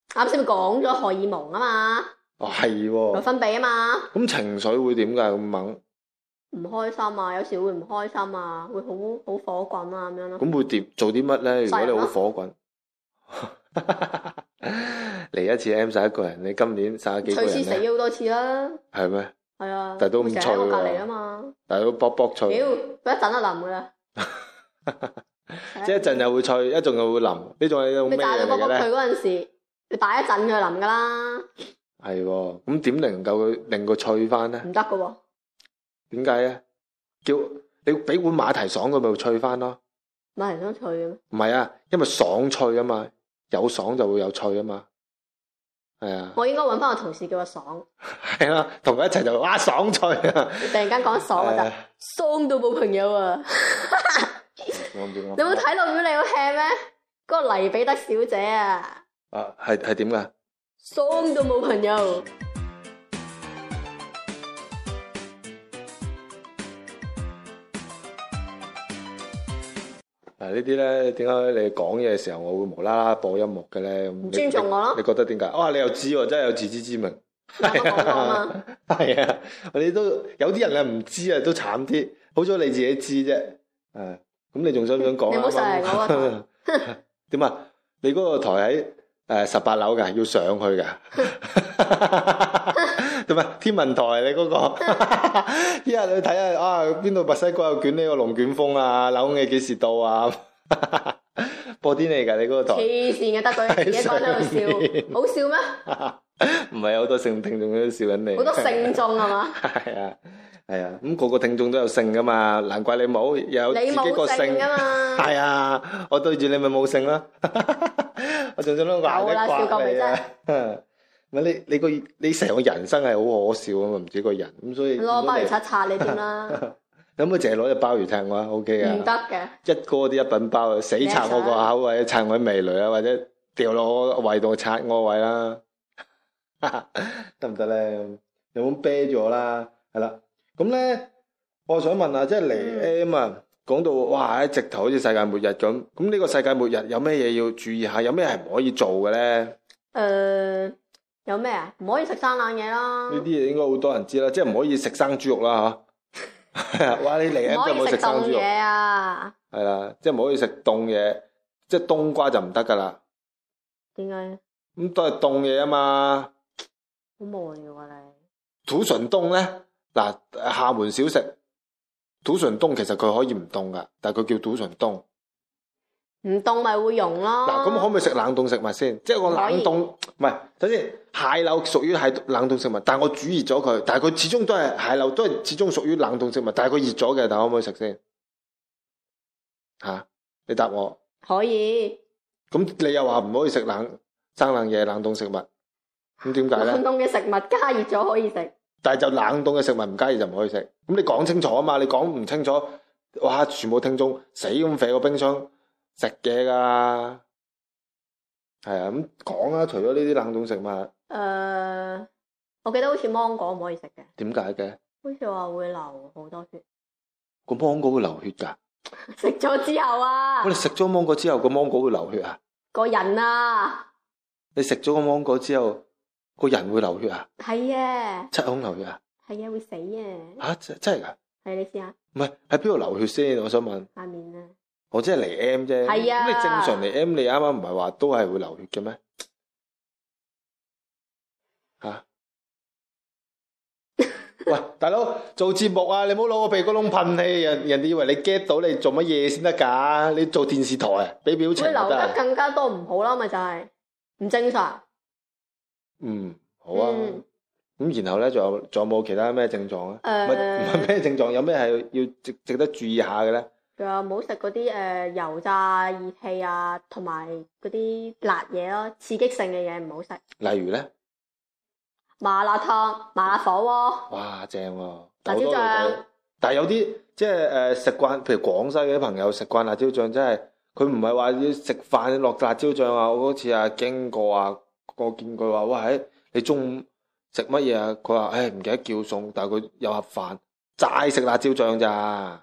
S1: 啱先咪講咗荷爾蒙啊嘛，
S2: 哦，係
S1: 內
S2: 喎，
S1: 分泌啊嘛，
S2: 咁情緒會點㗎咁猛？
S1: 唔開心啊，有時會唔開心啊，會好好火滾啊咁樣咯。
S2: 咁會點做啲乜咧？如果你好 火滾，嚟一次 M 晒一個人，你今年晒咗幾個
S1: 隨時死
S2: 人咧？
S1: 咗好多次啦，
S2: 係咩？
S1: 係啊。
S2: 但係都唔
S1: 佢成日喺我
S2: 脆
S1: 隔
S2: 喎哦
S1: 離啊嘛。
S2: 大佬卜卜
S1: 屌，
S2: 脆，
S1: 佢一陣啊就冧噶啦。
S2: 即係一陣又會脆，一陣又會腍，呢種係一種
S1: 你
S2: 咩
S1: 大
S2: 嘢
S1: 到卜
S2: 嚟
S1: 卜
S2: 嘅
S1: 佢
S2: 咧？
S1: 嗰陣時，你擺一陣佢冧噶啦，
S2: 係喎，咁點能夠佢令佢脆翻咧？
S1: 唔得噶喎。
S2: 點解咧？叫你俾碗馬蹄爽佢咪會脆翻咯？
S1: 馬蹄想脆嘅咩？
S2: 唔係啊，因為爽脆啊嘛，有爽就會有脆啊嘛。係啊，
S1: 我應該揾翻個同事叫我爽，
S2: 係啊，同佢一齊就哇爽脆啊！
S1: 突然間講爽我就
S2: 係啊
S1: 爽到冇朋友啊！
S2: 我唔知我
S1: 你有冇睇到表你好 hea 咩？嗰、個黎彼得小姐啊，
S2: 啊？係係點噶？
S1: 爽到冇朋友。
S2: 嗱呢啲咧，點解你講嘢嘅時候我會無啦啦播音樂嘅咧？咁你
S1: 唔尊重我咯
S2: 你覺得點解？哇！你又知喎，真係有自知之明。
S1: 啱啱講過啊 嘛，
S2: 係啊，我哋都有啲人啊唔知啊，都慘啲。好彩你自己知啫。誒，咁你仲想唔想講啊？
S1: 你唔好上嚟我個
S2: 台。 點啊？你嗰個台喺誒十八樓㗎，要上去㗎。 點啊？天文台你嗰、個， 一日去睇下啊，邊度墨西哥有捲呢個龍捲風啊？扭嘅幾時到啊？ 播啲嚟㗎，你嗰個台。
S1: 黐線嘅得佢自己講喺度笑，好笑咩？
S2: 唔係有好多性聽眾都笑緊你。
S1: 好多性眾係 嘛？
S2: 系啊，系啊，咁、個個聽眾都有性噶嘛，難怪你冇，又有自
S1: 你
S2: 己個
S1: 冇
S2: 性
S1: 性噶嘛？
S2: 係啊，我對住你咪冇性啦， 我仲想攞牙
S1: 有啦
S2: 一
S1: 笑
S2: 刮
S1: 過
S2: 你
S1: 未
S2: 啊！ 咪你你個你成個人生係好可笑啊嘛，唔止個人咁，所以
S1: 攞個鮑魚
S2: 如果
S1: 刷刷你添啦，
S2: 你可唔可以淨係攞隻鮑魚踢我啊？OK
S1: 唔得
S2: 啊，
S1: 嘅。
S2: 一哥啲一品包啊，死撐我個口或者撐我啲味蕾啊，或者掉落我胃度擦我位啦， 得唔得咧？有冇啤咗啦？係啦，咁咧，我想問下，啊即係
S1: 嗯
S2: 嚟 M 啊，講到哇，直頭好似世界末日咁，咁呢個世界末日有咩嘢要注意下？有咩係唔可以做嘅咧？呢
S1: 誒、呃有咩啊？唔可以食生冷嘢啦，
S2: 啲嘢應該好多人知啦，即係唔可以食生豬肉啦嚇。 哇！你嚟
S1: 唔
S2: M
S1: 可
S2: 就
S1: 以
S2: 冇
S1: 食
S2: 食生
S1: 凍
S2: 豬肉
S1: 嘢，啊？
S2: 係啦，即係唔可以食凍嘢，即係冬瓜就唔得㗎啦。
S1: 點解？
S2: 咁都係凍嘢啊嘛。
S1: 好無聊啊你。
S2: 土筍凍咧，嗱廈門小食土筍凍其實佢可以唔凍噶，但係佢叫土筍凍。
S1: 唔凍咪會溶咯。
S2: 嗱，咁可唔可以食冷凍食物先？即係我冷凍，唔係首先蟹柳屬於係冷凍食物，但係我煮熱咗佢，但係佢始終都係蟹柳，都係始終屬於冷凍食物，但係佢熱咗嘅，但可唔可以食先？吓、你答我，
S1: 可以？
S2: 咁你又話唔可以食冷生冷嘢、冷凍食物，咁點解
S1: 冷
S2: 咧？
S1: 凍嘅食物加熱咗可以食，
S2: 但係就冷凍嘅食物唔加熱就唔可以食，咁你講清楚啊嘛，你講唔清楚，哇！全部聽眾死咁肥個冰箱食嘢噶，係啊，咁講啊，除咗呢啲冷凍食物。
S1: 誒、呃我記得好似芒果唔可以食嘅，
S2: 點解嘅？
S1: 好似話會流好多血。
S2: 個芒果會流血㗎？
S1: 食咗之後啊
S2: 我，哋食咗芒果之後，個芒果會流血啊？
S1: 個人啊，
S2: 你食咗個芒果之後，個人會流血啊？
S1: 係啊，
S2: 七孔流血啊？
S1: 係啊，會死啊！
S2: 吓、真真係㗎？
S1: 係你試下
S2: 唔係喺邊度流血先？我想問，
S1: 下面啊，
S2: 我哦即係嚟 M 啫。
S1: 係啊
S2: 咁你正常嚟 M，你啱啱唔係話都係會流血嘅咩？吓、 喂，大佬做節目啊，你唔好攞個鼻哥窿噴氣，人人哋以為你 get 到你做乜嘢先得㗎？你做電視台啊，俾表情
S1: 會
S2: 就
S1: 流
S2: 得啊
S1: 得更加多唔好啦，咪就係、唔正常。
S2: 嗯，好啊。
S1: 嗯
S2: 咁然後咧，仲有仲有冇其他咩症狀咧？
S1: 誒
S2: 唔係唔
S1: 呃
S2: 係咩症狀？有咩係要值值得注意下嘅咧？
S1: 仲有唔好食嗰啲誒油炸、熱氣啊，同埋嗰啲辣嘢咯，刺激性嘅嘢唔好食。
S2: 例如咧，
S1: 麻辣燙、麻辣火鍋。
S2: 哇正喎、
S1: 辣
S2: 但
S1: 椒
S2: 好多女仔
S1: 醬，
S2: 但係有啲即係誒食慣，譬如廣西嘅啲朋友食慣辣椒醬，真係佢唔係話要食飯落辣椒醬啊！我嗰次啊經過啊，我見佢話：哇，喺你中午食乜嘢啊？佢話：唉，唔記得叫餸，但係佢有盒飯，齋食辣椒醬咋，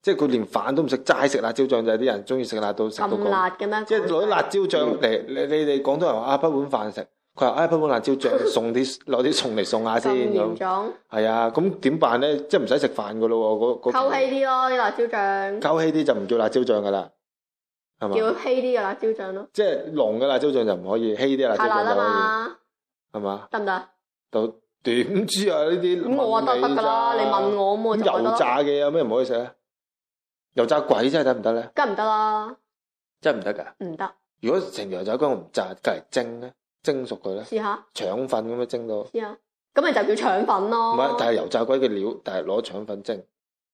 S2: 即係佢連飯都唔食，齋食辣椒醬咋。啲人中意食辣到食到
S1: 咁
S2: 咁
S1: 辣。嘅咩？
S2: 即係攞啲辣椒醬嚟，你你哋廣東人話啊，不碗飯食，佢話啊，不碗辣椒醬送啲攞啲餸嚟送下
S1: 咁
S2: 先
S1: 嚴
S2: 咁，
S1: 重，
S2: 係啊，咁點辦咧？即係唔使食飯噶咯喎，嗰
S1: 溝
S2: 嗰期
S1: 稀啲咯啲辣椒醬，
S2: 溝稀啲就唔叫辣椒醬噶啦，係
S1: 叫
S2: 嘛？
S1: 稀啲嘅辣椒醬咯，
S2: 即係濃嘅辣椒醬就唔可以，稀啲嘅辣椒
S1: 太辣啦
S2: 醬就可
S1: 嘛，
S2: 以，係嘛？
S1: 得唔得？
S2: 就點知啊？呢啲
S1: 咁我覺得得㗎啦，你問
S2: 我
S1: 我咁我
S2: 咁
S1: 就覺得
S2: 油
S1: 咯，
S2: 炸嘅有咩唔可以食咧？油炸鬼真係得唔得咧？
S1: 梗唔得啦，
S2: 真係唔得㗎。
S1: 唔得，
S2: 如果成條油炸鬼我唔炸，隔嚟蒸咧，蒸熟佢咧，
S1: 試下
S2: 腸粉咁樣蒸到。
S1: 試下，咁咪就叫腸粉
S2: 唔
S1: 咯。
S2: 係，但係油炸鬼嘅料，但係攞腸粉蒸，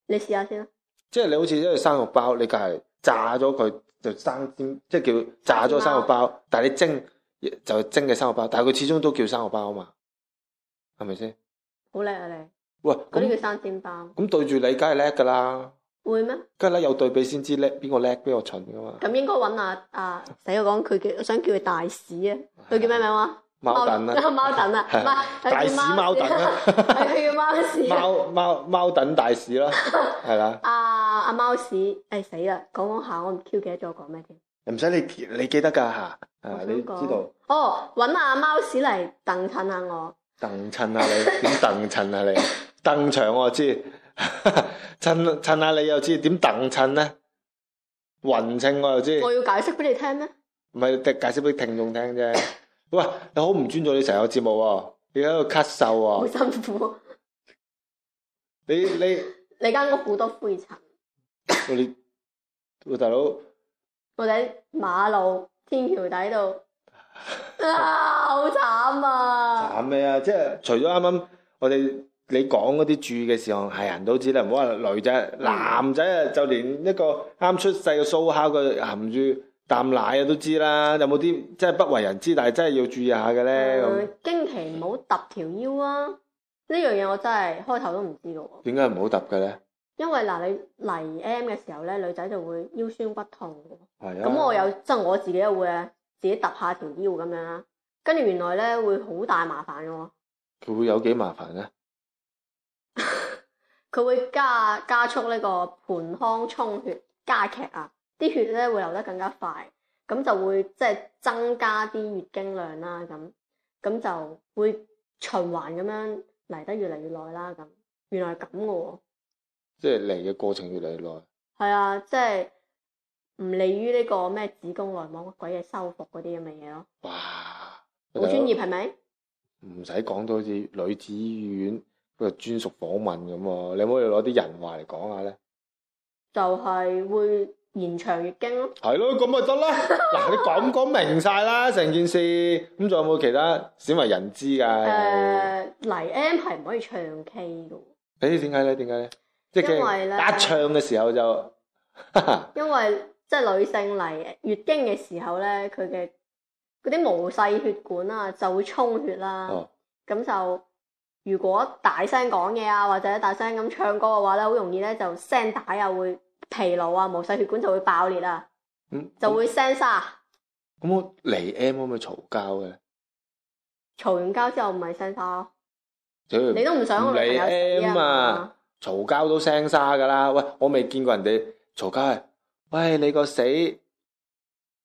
S1: 你試下先啦，
S2: 即係你好似一個生肉包，你隔係炸咗佢就生煎，即係叫炸咗生肉包，但係你蒸就蒸嘅生肉包，但係佢始終都叫生肉包啊嘛，係咪先？
S1: 好叻啊你，
S2: 喂，
S1: 嗰啲
S2: 咁
S1: 叫生煎包，
S2: 咁對住你，梗係叻㗎啦，
S1: 會咩？
S2: 梗係啦，有對比先知叻，邊個叻邊個蠢㗎嘛？
S1: 咁應該揾阿啊死我講佢叫，我想叫佢大屎啊，佢叫咩名話？
S2: 貓燉啦，
S1: 貓 燉啊，唔係佢叫
S2: 大屎貓燉啦
S1: 屎啊 佢叫貓屎啊。
S2: 貓貓貓燉大屎啦，係啦。
S1: 阿阿貓屎，誒死啦！講講下，我唔 Q 記得咗我講咩添。
S2: 唔使你記你記得㗎嚇，
S1: 我
S2: 啊
S1: 想
S2: 你知
S1: 講
S2: 道
S1: 哦，揾阿貓屎嚟蹬襯下我，
S2: 蹬襯下啊你，點蹬襯下你？蹬長我知， 襯襯下你又知，點蹬襯咧？雲稱我又知，
S1: 我要解釋俾你聽咩？
S2: 唔係解釋俾聽眾聽啫。喂，你好唔尊重你成個節目喎，你喺度咳嗽
S1: 好
S2: 喎，
S1: 辛苦，
S2: 你你
S1: 你間屋好多灰塵，
S2: 喂你喂大佬，
S1: 我哋喺馬路天橋底 度，啊，好慘啊！
S2: 慘咩啊？即係除咗啱啱我哋你講嗰啲注意嘅事項，係人都知啦。唔好話女仔，男仔啊，就連一個啱出世嘅蘇烤，佢含住啖奶啊，都知啦。有冇啲即係不為人知，但係真係要注意下嘅咧？咁
S1: 嗯經期唔好揼條腰啊！呢樣嘢我真係開頭都唔知嘅喎，
S2: 點解唔好揼嘅咧？
S1: 因為嗱你嚟 M 嘅時候咧，女仔就會腰酸骨痛嘅喎。
S2: 係啊。
S1: 咁我有即係我自己又會啊，自己揼下條腰咁樣啦。跟住原來咧會好大麻煩嘅喎，
S2: 佢會有幾麻煩咧？
S1: 佢會加加速呢個盆腔充血加劇啊，啲血咧會流得更加快，咁就會即係增加啲月經量啦，咁咁就會循環咁樣嚟得越嚟越耐啦，咁原來係咁嘅喎，
S2: 即係嚟嘅過程越嚟越耐。
S1: 係啊，即係唔利於呢個咩子宮內膜鬼嘢修復嗰啲咁嘅嘢咯，
S2: 哇！
S1: 好專業係啊咪？
S2: 唔使講到好似女子醫院個專屬訪問咁喎，你可唔可以攞啲人話嚟講下咧？
S1: 就係會延長月經咯。
S2: 係咯，咁咪 得啦。嗱，你咁講明晒啦，成件事咁仲有冇其他鮮為人知㗎？
S1: 誒、
S2: 誒，
S1: 嚟 M 係唔可以唱 K 嘅喎，
S2: 點解咧？點解咧？即
S1: 因
S2: 係
S1: 為啊咧
S2: 一唱嘅時候就，
S1: 因為即係女性嚟月經嘅時候咧，佢嘅嗰啲毛細血管啊就會充血啦。
S2: 哦，
S1: 咁就如果大聲講嘢啊，或者大聲咁唱歌嘅話咧，好容易咧就聲帶啊會疲勞啊，毛細血管就會爆裂啊，
S2: 嗯咁
S1: 就會聲沙。
S2: 咁我嚟 M 可唔可以嘈交嘅咧？
S1: 嘈完交之後唔係聲沙咯，
S2: 屌
S1: 你都唔想我
S2: 唔
S1: 女朋
S2: 理哎
S1: 友死
S2: M 啊！！嘈交都聲沙噶啦。喂，我未見過人哋嘈交係，喂你個死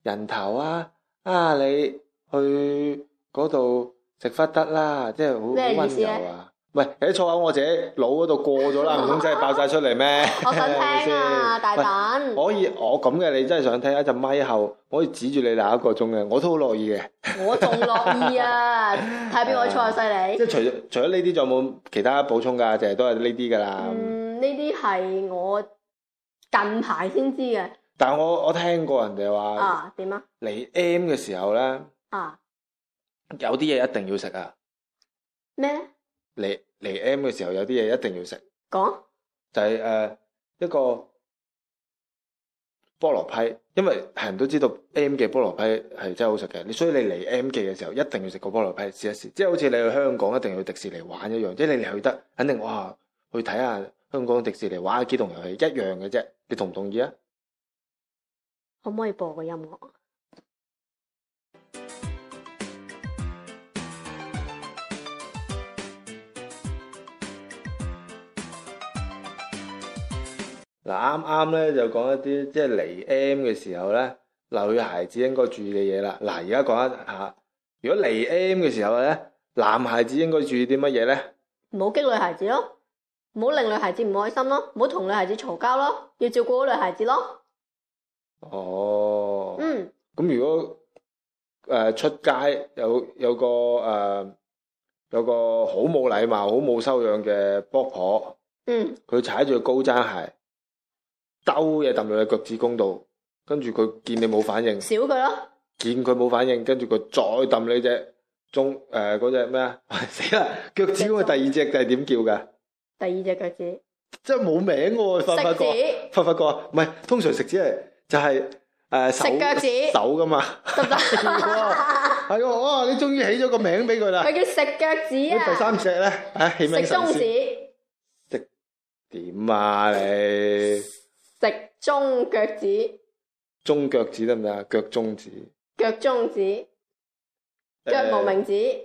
S2: 人頭啊！啊你去嗰度食忽得啦，即係好好
S1: 咩意思
S2: 温
S1: 咧
S2: 柔啊！喂，有啲粗口我自己腦嗰度過 咗啦，唔通真係爆晒出嚟咩？
S1: 我想聽啊，
S2: 係咪先
S1: 大
S2: 喂
S1: 等。
S2: 可以，我咁嘅你真係想聽一陣咪後，我可以指住你鬧一個鐘嘅，我都好樂意嘅。
S1: 我仲樂意啊！睇下邊 位菜犀
S2: 即
S1: 利。
S2: 係除咗除咗呢啲，仲有冇其他補充㗎？就係都係呢啲㗎啦。
S1: 嗯，呢啲係我近排先知嘅。
S2: 但係我我聽過人哋話
S1: 啊，點啊？
S2: 嚟 M 嘅時候咧，
S1: 啊，
S2: 有啲嘢一定要食啊！
S1: 咩咧？
S2: 嚟嚟 M 嘅時候有啲嘢一定要食，
S1: 講
S2: 就係、呃一個菠蘿批，因為係人都知道 M 嘅菠蘿批係真係好食嘅，你所以你嚟 M 記嘅時候一定要食個菠蘿批試一試，即係好似你去香港一定要去迪士尼玩一樣，即係你哋去得肯定哇去睇下香港迪士尼玩下機動遊戲一樣嘅啫，你同唔同意啊？
S1: 可唔可以播個音樂？啊
S2: 嗱，啱啱咧就講一啲即係嚟 M 嘅時候咧，女孩子應該注意嘅嘢啦。嗱，而家講一下，如果嚟 M 嘅時候咧，男孩子應該注意啲乜嘢咧？
S1: 唔好激女孩子咯，唔好令女孩子唔開心咯，唔好同女孩子嘈交咯，要照顧好女孩子咯。
S2: 哦，咁、
S1: 嗯，
S2: 如果誒、呃出街有有個誒、呃有個好冇禮貌、好冇修養嘅卜婆，
S1: 嗯，
S2: 佢踩住高踭鞋，兜嘢揼落你腳趾公度，跟住佢見你冇反應。
S1: 少佢咯。
S2: 見佢冇反應，跟住佢再揼你隻中誒嗰只咩啊？ 死啦！腳趾公嘅第二隻就係點叫㗎？
S1: 第二隻腳趾，
S2: 真係冇名喎，發唔發
S1: 食
S2: 覺？
S1: 指
S2: 發唔發覺？唔係，通常食指係就係、誒手
S1: 食腳趾
S2: 手㗎嘛。
S1: 得 唔得？
S2: 係喎，哇！你終於起咗個名俾佢啦。
S1: 佢叫食腳趾
S2: 咁第
S1: 啊，
S2: 三隻咧，唉，起名
S1: 食中
S2: 神仙
S1: 指，
S2: 點啊你？
S1: 食中腳趾，
S2: 中腳趾得唔得啊？腳中指。
S1: 腳中指，腳無名指，
S2: 誒。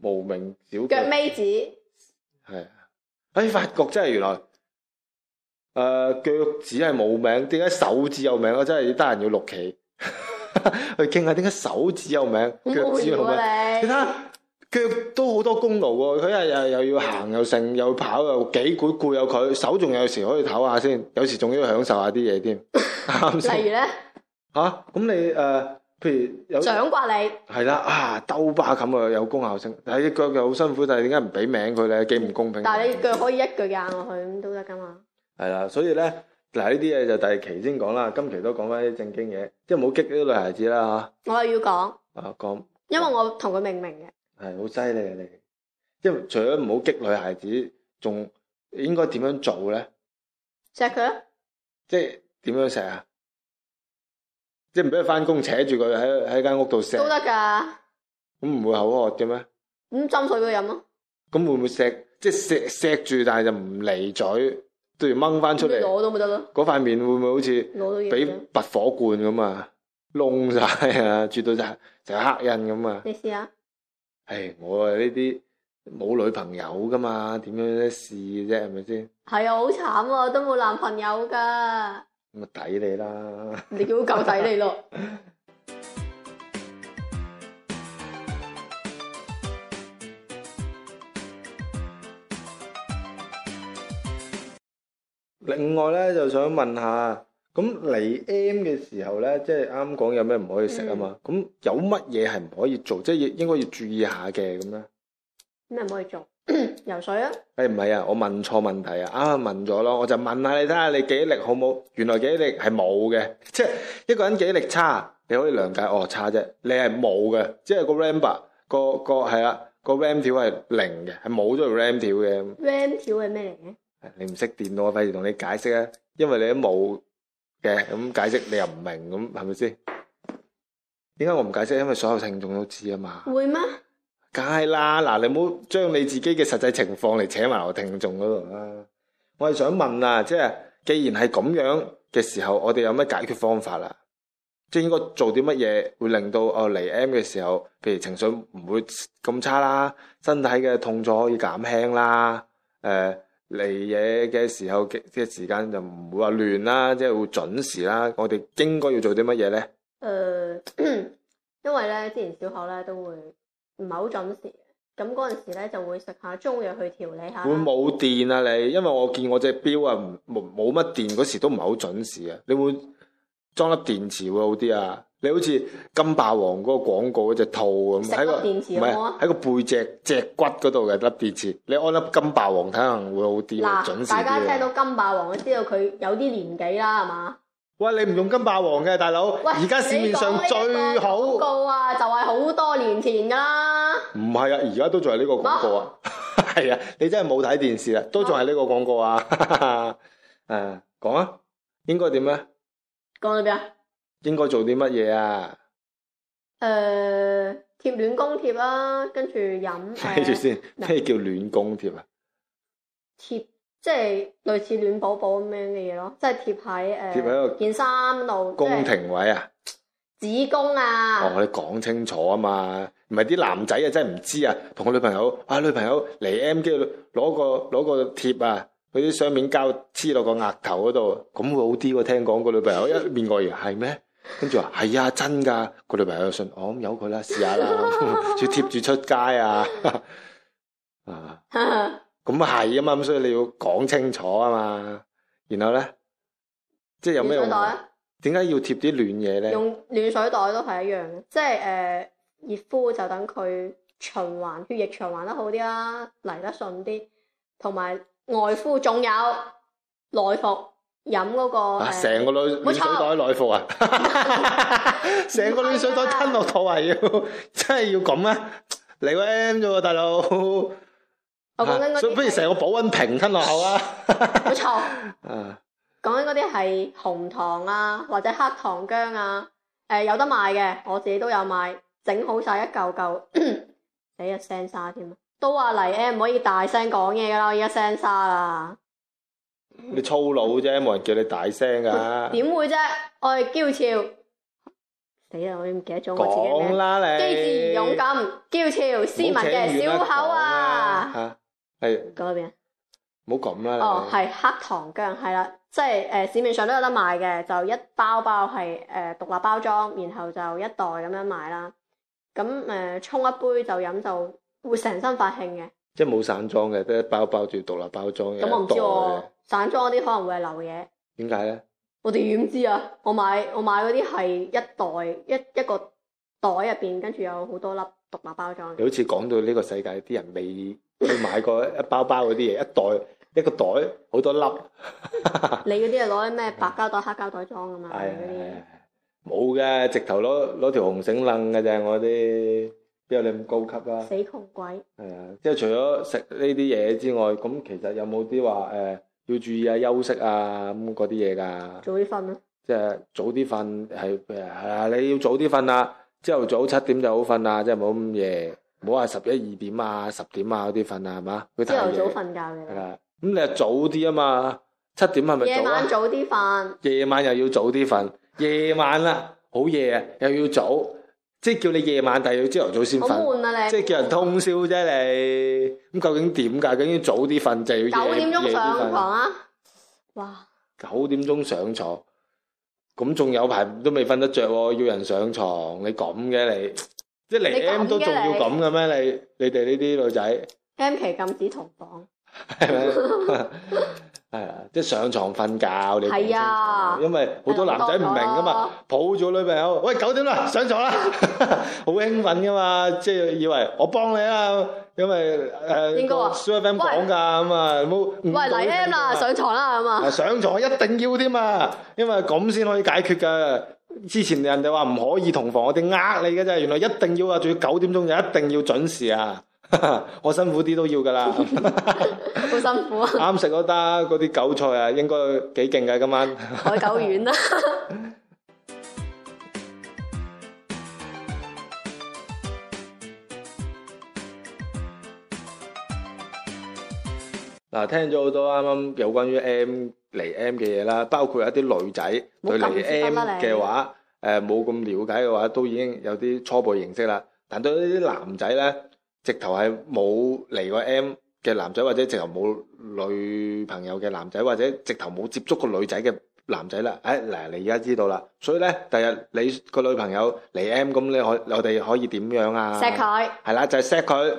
S2: 無名小
S1: 腳尾指。
S2: 係啊，哎，發覺真係原來，誒、腳趾係冇名，點解手指有名？啊我真係得閒要錄期 去傾下點解手指有名，
S1: 好
S2: 腳
S1: 無
S2: 趾
S1: 聊
S2: 有名。
S1: 啊
S2: 你睇
S1: 你！
S2: 下腳都好多功勞喎，佢一日又又要行又剩又跑又幾攰攰有佢，手仲有時可以唞下先，有時仲要享受下啲 嘢添，啱
S1: 例如
S2: 先
S1: 咧，
S2: 嚇。咁、你誒、呃譬如有
S1: 掌摑你，
S2: 係啦啊，兜巴咁啊有功效性，但係只腳又好辛苦，但係點解唔俾名佢咧？幾唔公平。
S1: 但係你腳可以一腳硬落去咁都得噶嘛？
S2: 係啦，所以咧嗱呢啲嘢就第二期先講啦，今期都講翻啲正經嘢，即係唔好激啲女孩子啦
S1: 我又要講，
S2: 嚇。啊，講
S1: 因為我同佢命名嘅，
S2: 係好犀利啊你，即係除咗唔好激女孩子，仲應該點樣做咧？
S1: 錫佢咯，
S2: 即係點樣錫啊？即係唔俾佢翻工，扯住佢喺喺間屋度錫，
S1: 都得㗎。
S2: 咁唔會口渴嘅咩？
S1: 咁斟水俾佢飲咯，
S2: 咁會唔會錫？即係錫錫住，但係就唔離嘴，都要掹翻出嚟。
S1: 攞都冇得咯，
S2: 嗰塊面會唔會好似？
S1: 攞都要
S2: 俾
S1: 嘅。
S2: 拔火罐咁啊，窿晒啊， 絕到就就黑印咁啊！
S1: 你試下，
S2: 唉，我啊呢啲冇女朋友噶嘛，點樣咧試啫，係咪先？
S1: 係啊，好慘啊，都冇男朋友㗎，
S2: 咁啊抵你啦！
S1: 你叫狗仔你咯。
S2: 另外咧就想問下，咁嚟 M 嘅時候咧，即係啱講有咩唔可以食啊嘛。咁、有乜嘢係唔可以做，即係應該要注意下嘅咁咧？
S1: 咩唔可以做？ 游水啊，
S2: 誒唔係啊，我問錯問題啊，啱啱問咗咯，我就問下你睇下你記憶力好冇？原來記憶力係冇嘅，即係一個人記憶力差，你可以諒解哦差啫，你係冇嘅，即係個 RAM 吧，個個係啦，個 RAM 條係零嘅，係冇咗條 RAM 條嘅。
S1: RAM 條係咩嚟嘅？
S2: 你唔識電腦，我費事同你解釋啊，因為你都冇嘅，咁解釋你又唔明，咁係咪先？點解我唔解釋？因為所有聽眾都知啊嘛。
S1: 會咩？
S2: 梗係啦，嗱，你唔好將你自己嘅實際情況嚟扯埋我聽眾嗰度啦。我係想問啊，即係既然係咁樣嘅時候，我哋有咩解決方法啦？即係應該做啲乜嘢會令到哦嚟 M 嘅時候，譬如情緒唔會咁差啦，身體嘅痛楚可以減輕啦，誒嚟嘢嘅時候嘅嘅時間就唔會話亂啦，即係會準時啦。我哋應該要做啲乜嘢咧？
S1: 誒、呃 因為咧之前小學咧都會唔係好準時嘅，咁嗰陣時咧就會食下中藥去調理下啦。
S2: 會冇電啊你，因為我見我隻表啊唔冇冇乜電嗰時都唔係好準時啊。你會裝粒電池會好啲啊？你好似金霸王嗰個廣告嗰隻兔咁，
S1: 食
S2: 喺個
S1: 粒電池
S2: 唔
S1: 好唔
S2: 係
S1: 好啊
S2: 喺個背脊脊骨嗰度嘅粒電池，你安粒金霸王睇下會好啲啊，準
S1: 嗱，
S2: 時
S1: 大
S2: 啲
S1: 家聽
S2: 啊。
S1: 到金霸王都知道佢有啲年紀啦，係嘛？
S2: 喂，你唔用金霸王嘅大佬，
S1: 喂，
S2: 而家市面上最好，
S1: 廣
S2: 唔
S1: 告啊，就係好多年前噶啦。
S2: 係啊，而家都仲係呢個廣告啊， 係啊，你真係冇睇電視啊，都仲係呢個廣告啊， 誒，講啊，應該點咧？
S1: 講到邊啊？
S2: 應該做啲乜嘢啊？
S1: 誒、貼暖宮貼啦，跟住飲
S2: 睇住
S1: 誒
S2: 先，咩叫暖宮貼啊？
S1: 貼，即係類似暖寶寶咁樣嘅嘢咯，即係貼喺
S2: 貼喺個
S1: 誒件衫度，即
S2: 宮
S1: 係
S2: 廷位啊？
S1: 子宮
S2: 哦，
S1: 啊，
S2: 我哋講清楚啊嘛，唔係啲男仔啊真係唔知啊，同個女朋友啊，女朋友嚟 M 機攞個攞個貼啊，嗰啲雙面膠黐落個額頭嗰度，咁會好啲喎。聽講個女 朋友一面外形係咩？跟住話係啊，真㗎。個女朋友就信，我咁由佢啦，試 下啦，要貼住出街啊啊！ 咁係啊嘛，咁所以你要講清楚啊嘛。然後咧，即係有咩
S1: 暖
S2: 用
S1: 水袋
S2: 啊？
S1: 啊，
S2: 點解要貼啲暖嘢咧？
S1: 用暖水袋都係一樣嘅，即係誒、呃熱敷就等佢循環血液循環得好啲啦，嚟得順啲，同埋外敷仲有內服飲嗰、個、呃
S2: 啊！
S1: 誒
S2: 成個暖
S1: 冇
S2: 暖水
S1: 錯
S2: 袋內服啊！ 成個暖水袋吞落肚啊！要 真係要咁啊！嚟個 M 啫啊喎，大佬。
S1: 我講緊嗰啲
S2: 啊所以不如成個保温瓶吞落 口啊！
S1: 冇錯。
S2: 啊，
S1: 講緊嗰啲係紅糖啊，或者黑糖薑啊，誒、有得賣嘅，我自己都有買，整好晒一嚿 嚿，死啊聲沙添啊！都話嚟 M 唔可以大聲講嘢噶啦，我而家聲沙啦，
S2: 你粗魯啫，冇人叫你大聲啊噶。
S1: 點啊會啫？我係嬌俏，死啦！我已經唔記得咗我自己
S2: 講
S1: 咩，
S2: 啦你。
S1: 機智勇敢、嬌俏、斯文嘅小口啊！
S2: 嚇係
S1: 嗰邊啊
S2: 唔好咁啦。
S1: 哦，
S2: 你
S1: 係黑糖薑，係啦，即係誒、市面上都有得賣嘅，就一包包係誒、獨立包裝，然後就一袋咁樣買啦。咁誒、沖一杯就飲就會成身發興嘅。
S2: 即係冇散裝嘅，得一包包住獨立包裝嘅。
S1: 咁我唔知
S2: 一袋
S1: 喎
S2: 嘅，
S1: 散裝嗰啲可能會係流嘢，
S2: 點解咧？
S1: 我哋點知啊？我買我買嗰啲係一袋一一個袋入邊，跟住有好多粒獨立包裝嘅
S2: 你。好似講到呢個世界啲人 未去買過一包包嗰啲嘢，一袋一個袋好多粒，
S1: 你嗰啲係攞啲咩白膠袋、黑膠袋裝啊噶嘛？
S2: 啊嗯係啊
S1: 嗰啲
S2: 冇嘅，直頭攞攞條紅繩楞嘅啫，我啲邊有你咁高 級啊？
S1: 死窮鬼。
S2: 係啊，即係除咗食呢啲嘢之外，咁其實有冇啲話誒要注意啊休息啊咁嗰啲嘢㗎？
S1: 早啲瞓啦，
S2: 即係早啲瞓係誒係啊！你要早啲瞓啦，朝頭早七點就好瞓啦，即係唔好咁夜，唔好話十一二點啊、十點啊嗰啲瞓啊，係嘛？佢太
S1: 朝頭早
S2: 夜
S1: 瞓覺嘅
S2: 係
S1: 啦，
S2: 啦，咁你又早啲啊嘛，七點係咪
S1: 夜
S2: 早
S1: 晚
S2: 啊？
S1: 早啲瞓。
S2: 夜晚又要早啲瞓，夜晚啦，好夜啊，又要早，即係叫你夜晚，但係要朝頭早先
S1: 好
S2: 瞓，
S1: 悶啊你！
S2: 即係叫人通宵啫你。咁究竟點㗎？究竟早啲瞓就要
S1: 九
S2: 夜
S1: 點鐘
S2: 夜啲
S1: 上
S2: 瞓
S1: 床啊！哇，
S2: 九點鐘上床，咁仲有排都未瞓得着喎，要人上床，你咁嘅你，
S1: 你
S2: 即係
S1: 咁
S2: 嚟 M 都
S1: 嘅
S2: 仲要
S1: 你
S2: 咁嘅咩？你你哋呢啲女仔？
S1: M 期禁止同房，
S2: 係咪？ 係啊，即係上床瞓覺，你講清
S1: 係啊
S2: 楚因為好多男仔唔明噶嘛，抱咗女朋友，喂九點啦，上床啦， 好興奮噶嘛，即係以為我幫你啦，因為誒
S1: 應該話
S2: s u p FM
S1: 喂
S2: 講㗎咁啊，冇
S1: 喂嚟 M 啦，上床啦咁啊，
S2: 上床一定要添啊，因為咁先可以解決㗎。之前人哋話唔可以同房，我哋呃你嘅啫，原來一定要啊，仲要九點鐘就一定要準時啊， 我辛苦啲都要㗎啦。
S1: 好辛苦啊，
S2: 啱食嗰打嗰啲韭菜啊，應該幾勁嘅今晚。
S1: 海狗丸啦，
S2: 嗱，聽咗好多啱啱有關於 M 嚟 M 嘅嘢啦，包括一啲女仔
S1: 冇
S2: 對
S1: 咁
S2: 嚟
S1: 先得
S2: M
S1: 啦你
S2: 嘅話，誒冇咁了解嘅話，都已經有啲初步認識啦。但對呢啲男仔咧，直頭係冇嚟過 M 嘅男仔，或者直頭冇女朋友嘅男仔，或者直頭冇接觸過女仔嘅男仔啦。誒、嗱，你而家知道啦，所以咧，第日你個女朋友嚟 M，咁你可我哋可以點樣 啊？
S1: 錫佢，
S2: 係啦，就係錫佢，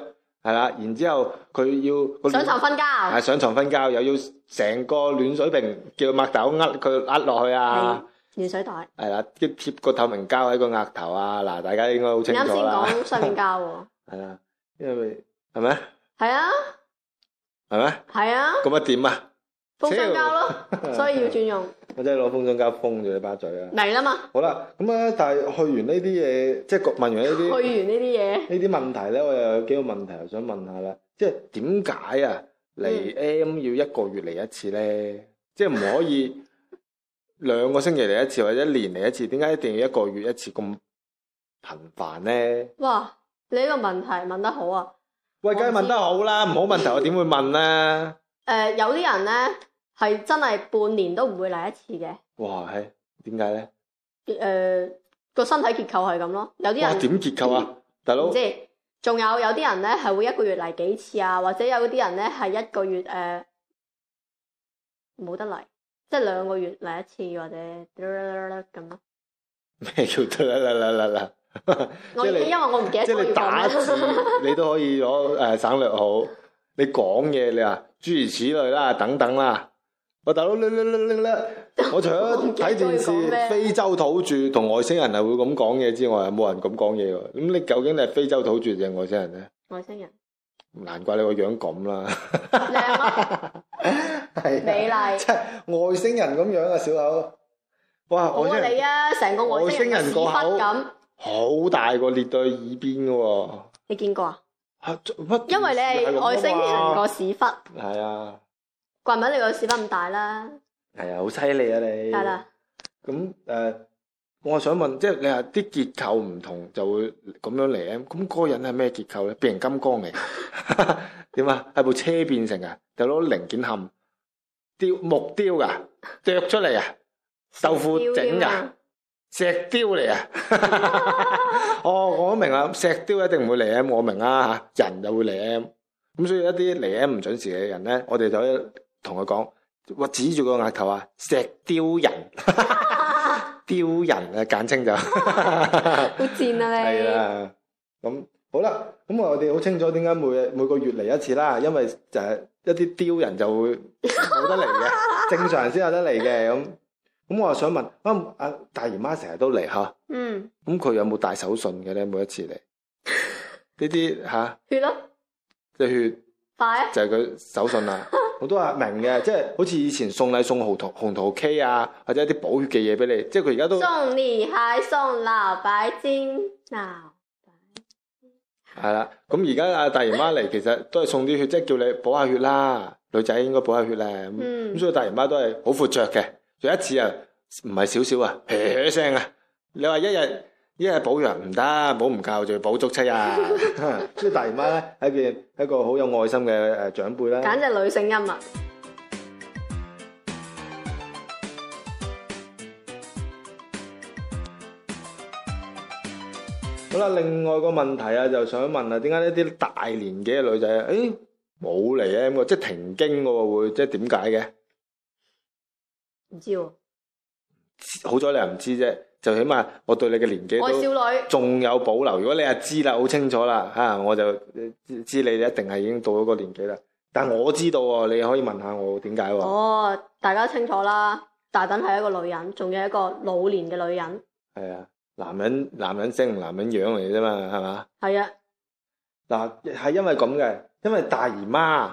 S2: 係啦，然之後佢要個
S1: 上床瞓
S2: 係
S1: 覺，
S2: 上床瞓覺，又要成個暖水瓶叫佢擘大口呃佢呃落去啊，
S1: 暖水袋。
S2: 係啦，跟貼個透明膠喺個額頭啊，嗱，大家應該好
S1: 你
S2: 清
S1: 啱
S2: 楚
S1: 先
S2: 啦，
S1: 講睡面覺喎，
S2: 係啦，因為係咪
S1: 係啊
S2: 係咪
S1: 係啊，
S2: 咁啊點啊？
S1: 封相交咯，所
S2: 嗯
S1: 以要轉用
S2: 我真係攞風箏膠封住你把嘴啊！
S1: 嚟啦嘛。
S2: 好啦，咁啊，但係去完呢啲嘢，即係問完呢
S1: 去完
S2: 啲
S1: 呢啲嘢，
S2: 呢啲問題咧，我又有幾個問題又想問下啦，即係點解啊
S1: 嗯
S2: 嚟 M 要一個月嚟一次咧？即係唔可以兩個星期嚟一次，或者一年嚟一次？點解一定要一個月一次咁頻繁咧？
S1: 哇！你呢個問題問得好啊。
S2: 喂，梗係問得好啦，唔好問題我點會問啊咧？
S1: 誒、有啲人咧係真係半年都唔會嚟一次嘅，
S2: 哇，係點解咧？
S1: 誒、個身體結構係咁咯。有啲
S2: 哇，
S1: 人
S2: 點結構啊，大佬
S1: 唔？知，仲有有啲人咧係會一個月嚟幾次啊，或者有啲人咧係一個月誒冇、得嚟，即係兩個月嚟一次或者咁咯。
S2: 咩叫得啦啦啦啦啦？
S1: 我
S2: 即係
S1: 因
S2: 你
S1: 為我唔記得
S2: 即係你 打字
S1: 咗
S2: 你都可以攞誒省略好，你講嘢你話諸如此類啦，等等啦。我大佬咧咧咧咧咧，我除咗睇電
S1: 我唔記得咗佢
S2: 視
S1: 講咩
S2: 非洲土著同外星人係會咁講嘢之外，冇人咁講嘢喎。咁你究竟你係非洲土著定係外星人咧？
S1: 外星人
S2: 難怪你個樣咁啦，
S1: 靚咯，
S2: 係啊
S1: 美麗
S2: 即係外星人咁樣啊，小口。哇！
S1: 好
S2: 外星
S1: 啊你
S2: 人
S1: 啊，成個外星人嘅屎忽
S2: 外星人個
S1: 咁，
S2: 好大個裂到去耳邊嘅喎。
S1: 你見過啊？
S2: 嚇乜
S1: 因為你
S2: 嗯
S1: 係外星
S2: 啊
S1: 人個屎忽，
S2: 係啊。
S1: 怪唔得你個屎忽咁大啦，
S2: 係啊，好犀利啊你。
S1: 係啦。
S2: 咁誒、呃我想問，即係你話啲結構唔同就會咁樣嚟 M，咁嗰個人係咩結構咧？變形金剛嚟， 點啊？係部車變成啊？就攞零件冚雕木雕噶，剁出嚟啊，豆腐整
S1: 雕
S2: 噶
S1: 啊，
S2: 石雕嚟啊！哦，我都明啦，石雕一定唔會嚟 M，我明啦嚇，人就會嚟 M。咁所以一啲嚟 M 唔準時嘅人咧，我哋就可以同佢講，我指住個額頭啊，石雕人， 雕人啊，簡稱就
S1: 好賤啊你
S2: 係！啦。咁好啦，咁我哋好清楚點解每每個月嚟一次啦，因為就係一啲雕人就會冇得嚟嘅，正常人先有得嚟嘅咁。咁我又想問，啊啊大姨媽成日都嚟嚇，
S1: 嗯，
S2: 咁佢有冇帶手信嘅咧？每一次嚟呢啲嚇，
S1: 血咯，
S2: 即係血。
S1: 快啊！
S2: 就係佢手信啦。我都話明嘅，即係好似以前送禮送紅桃紅桃 K 啊，或者一啲補血嘅嘢俾你，即係佢而家都
S1: 送你還送老白金嗱，
S2: 係啦。咁而家阿大姨媽嚟，其實都係送啲血，即係叫你補下血啦。女仔應該補下血咧。咁、
S1: 嗯
S2: 所以大姨媽都係好闊着嘅。有一次啊，唔係少少啊，嘘嘘聲啊。你話一日一日補藥唔得，補唔夠，仲要補足七 日。所以大姨媽咧係一件一個好有愛心嘅誒長輩啦。
S1: 簡直女性音啊！
S2: 好啦，另外個問題啊，就想問啊，點解呢啲大年紀嘅女仔，誒冇嚟 M 喎，即係停經嘅喎會，即係點解嘅？
S1: 唔知喎，
S2: 好彩你又唔知啫，就起碼我對你嘅年紀
S1: 我係
S2: 都
S1: 少女，
S2: 仲有啊呃保留。如果你係知啦，好清楚啦，嚇、我就知知你一定係已經到咗個年紀啦。但我知道喎，你可以問下我點解喎？
S1: 哦，大家清楚啦，大趸係一個女人，仲有一個老年嘅女人，
S2: 係啊，男人男人聲同男人樣嚟啫嘛，係嘛？
S1: 係啊，
S2: 嗱，係因為咁嘅，因為大姨媽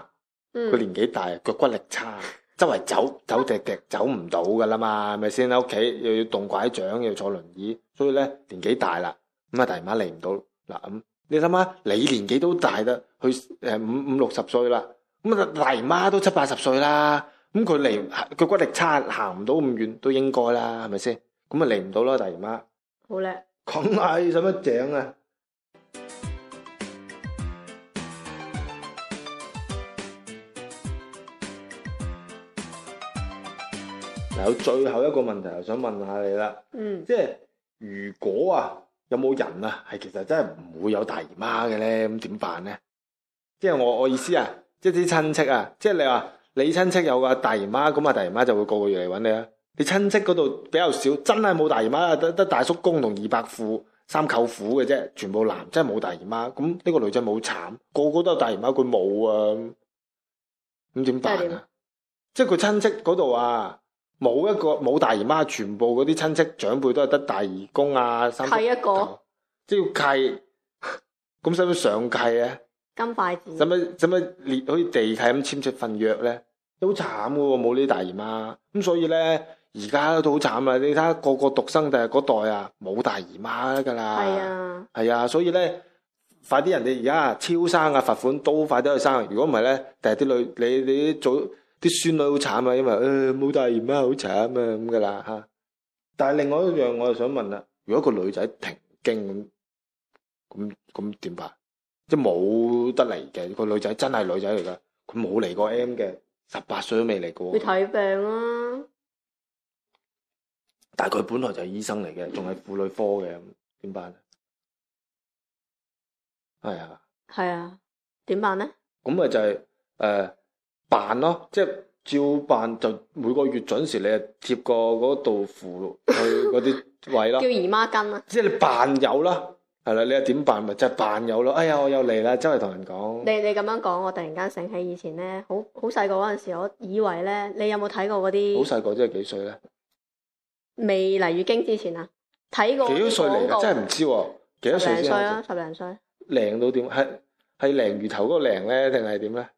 S2: 佢
S1: 嗯，
S2: 年紀大，腳骨力差， 周圍走走趯趯走唔到噶啦嘛，係咪先？喺屋企又要動拐杖，又要坐輪椅，所以咧年紀大啦，咁啊大姨媽嚟唔到嗱咁。你諗下，你年紀都大得去誒五五六十歲啦，咁啊大姨媽都七八十歲啦，咁佢嚟腳骨力差，行唔到咁遠都應該啦，係咪先？咁啊嚟唔到啦，大姨媽。
S1: 好叻，
S2: 梗係使乜井啊？嗱，有最後一個問題，我想問下你啦，
S1: 嗯，
S2: 即係如果啊，有冇人啊，係其實真係唔會有大姨媽嘅咧，咁點辦咧？即係我我意思啊，即係啲親戚啊，即係你話你親戚有個大姨媽，咁啊大姨媽就會個個月嚟揾你啊。你親戚嗰度比較少，真係冇大姨媽啊，得得大叔公同二伯父、三舅父嘅啫，全部男，真係冇大姨媽。咁呢個女仔冇慘，個個都有大姨媽，佢冇啊。咁咁點
S1: 即係
S2: 辦
S1: 點
S2: 啊？即係佢親戚嗰度啊，冇一個冇大姨媽，全部嗰啲親戚長輩都係得大姨公啊、三
S1: 契一個
S2: 即係要契。 咁使唔使上契咧？
S1: 金筷
S2: 使
S1: 子，
S2: 唔使使唔使列好似地契咁簽出份約咧？都好慘嘅喎，冇呢啲大姨媽。咁所以咧，而家都好慘啦。你睇下個個獨生第日嗰代啊，冇大姨媽㗎啦。
S1: 係啊，
S2: 係啊，所以咧，快啲人哋而家啊超生啊，罰款都快啲去生。如果唔係咧，第日啲女你你啲做啲孫女好慘啊，因為誒冇、大姨媽好慘啊咁噶啦嚇。但係另外一樣我又想問啦，如果個女仔停經咁咁咁點辦？即係冇得嚟嘅，個女仔真係女仔嚟噶，佢冇嚟過 M 嘅，十八歲都未嚟過
S1: 要。睇病啊啦、
S2: 但係佢本來就係醫生嚟嘅，仲係婦女科嘅，咁點辦咧？係啊。
S1: 係啊，點辦呢？
S2: 咁咪就係、誒、辦咯，即係照辦就每個月準時你就貼個嗰度符去 嗰啲位啦
S1: 叫，姨媽巾啊，
S2: 即係你扮有啦，係啦，你又點辦咪就係、扮有咯。哎呀，我又嚟啦，周圍同人
S1: 你
S2: 講，
S1: 你咁樣講，我突然間醒起以前呢，好好細個嗰陣時，我以為呢，你有冇睇過嗰
S2: 好
S1: 啲
S2: 細個真係幾歲咧？
S1: 未嚟月經之前啊？睇過
S2: 幾多歲嚟
S1: 廣告
S2: 㗎？真係唔知喎，幾多
S1: 十
S2: 歲
S1: 零
S2: 先啊
S1: 歲啊啦，？
S2: 開始
S1: 十零歲，
S2: 靚到點？係係鯪魚頭嗰個鯪咧，定係點咧？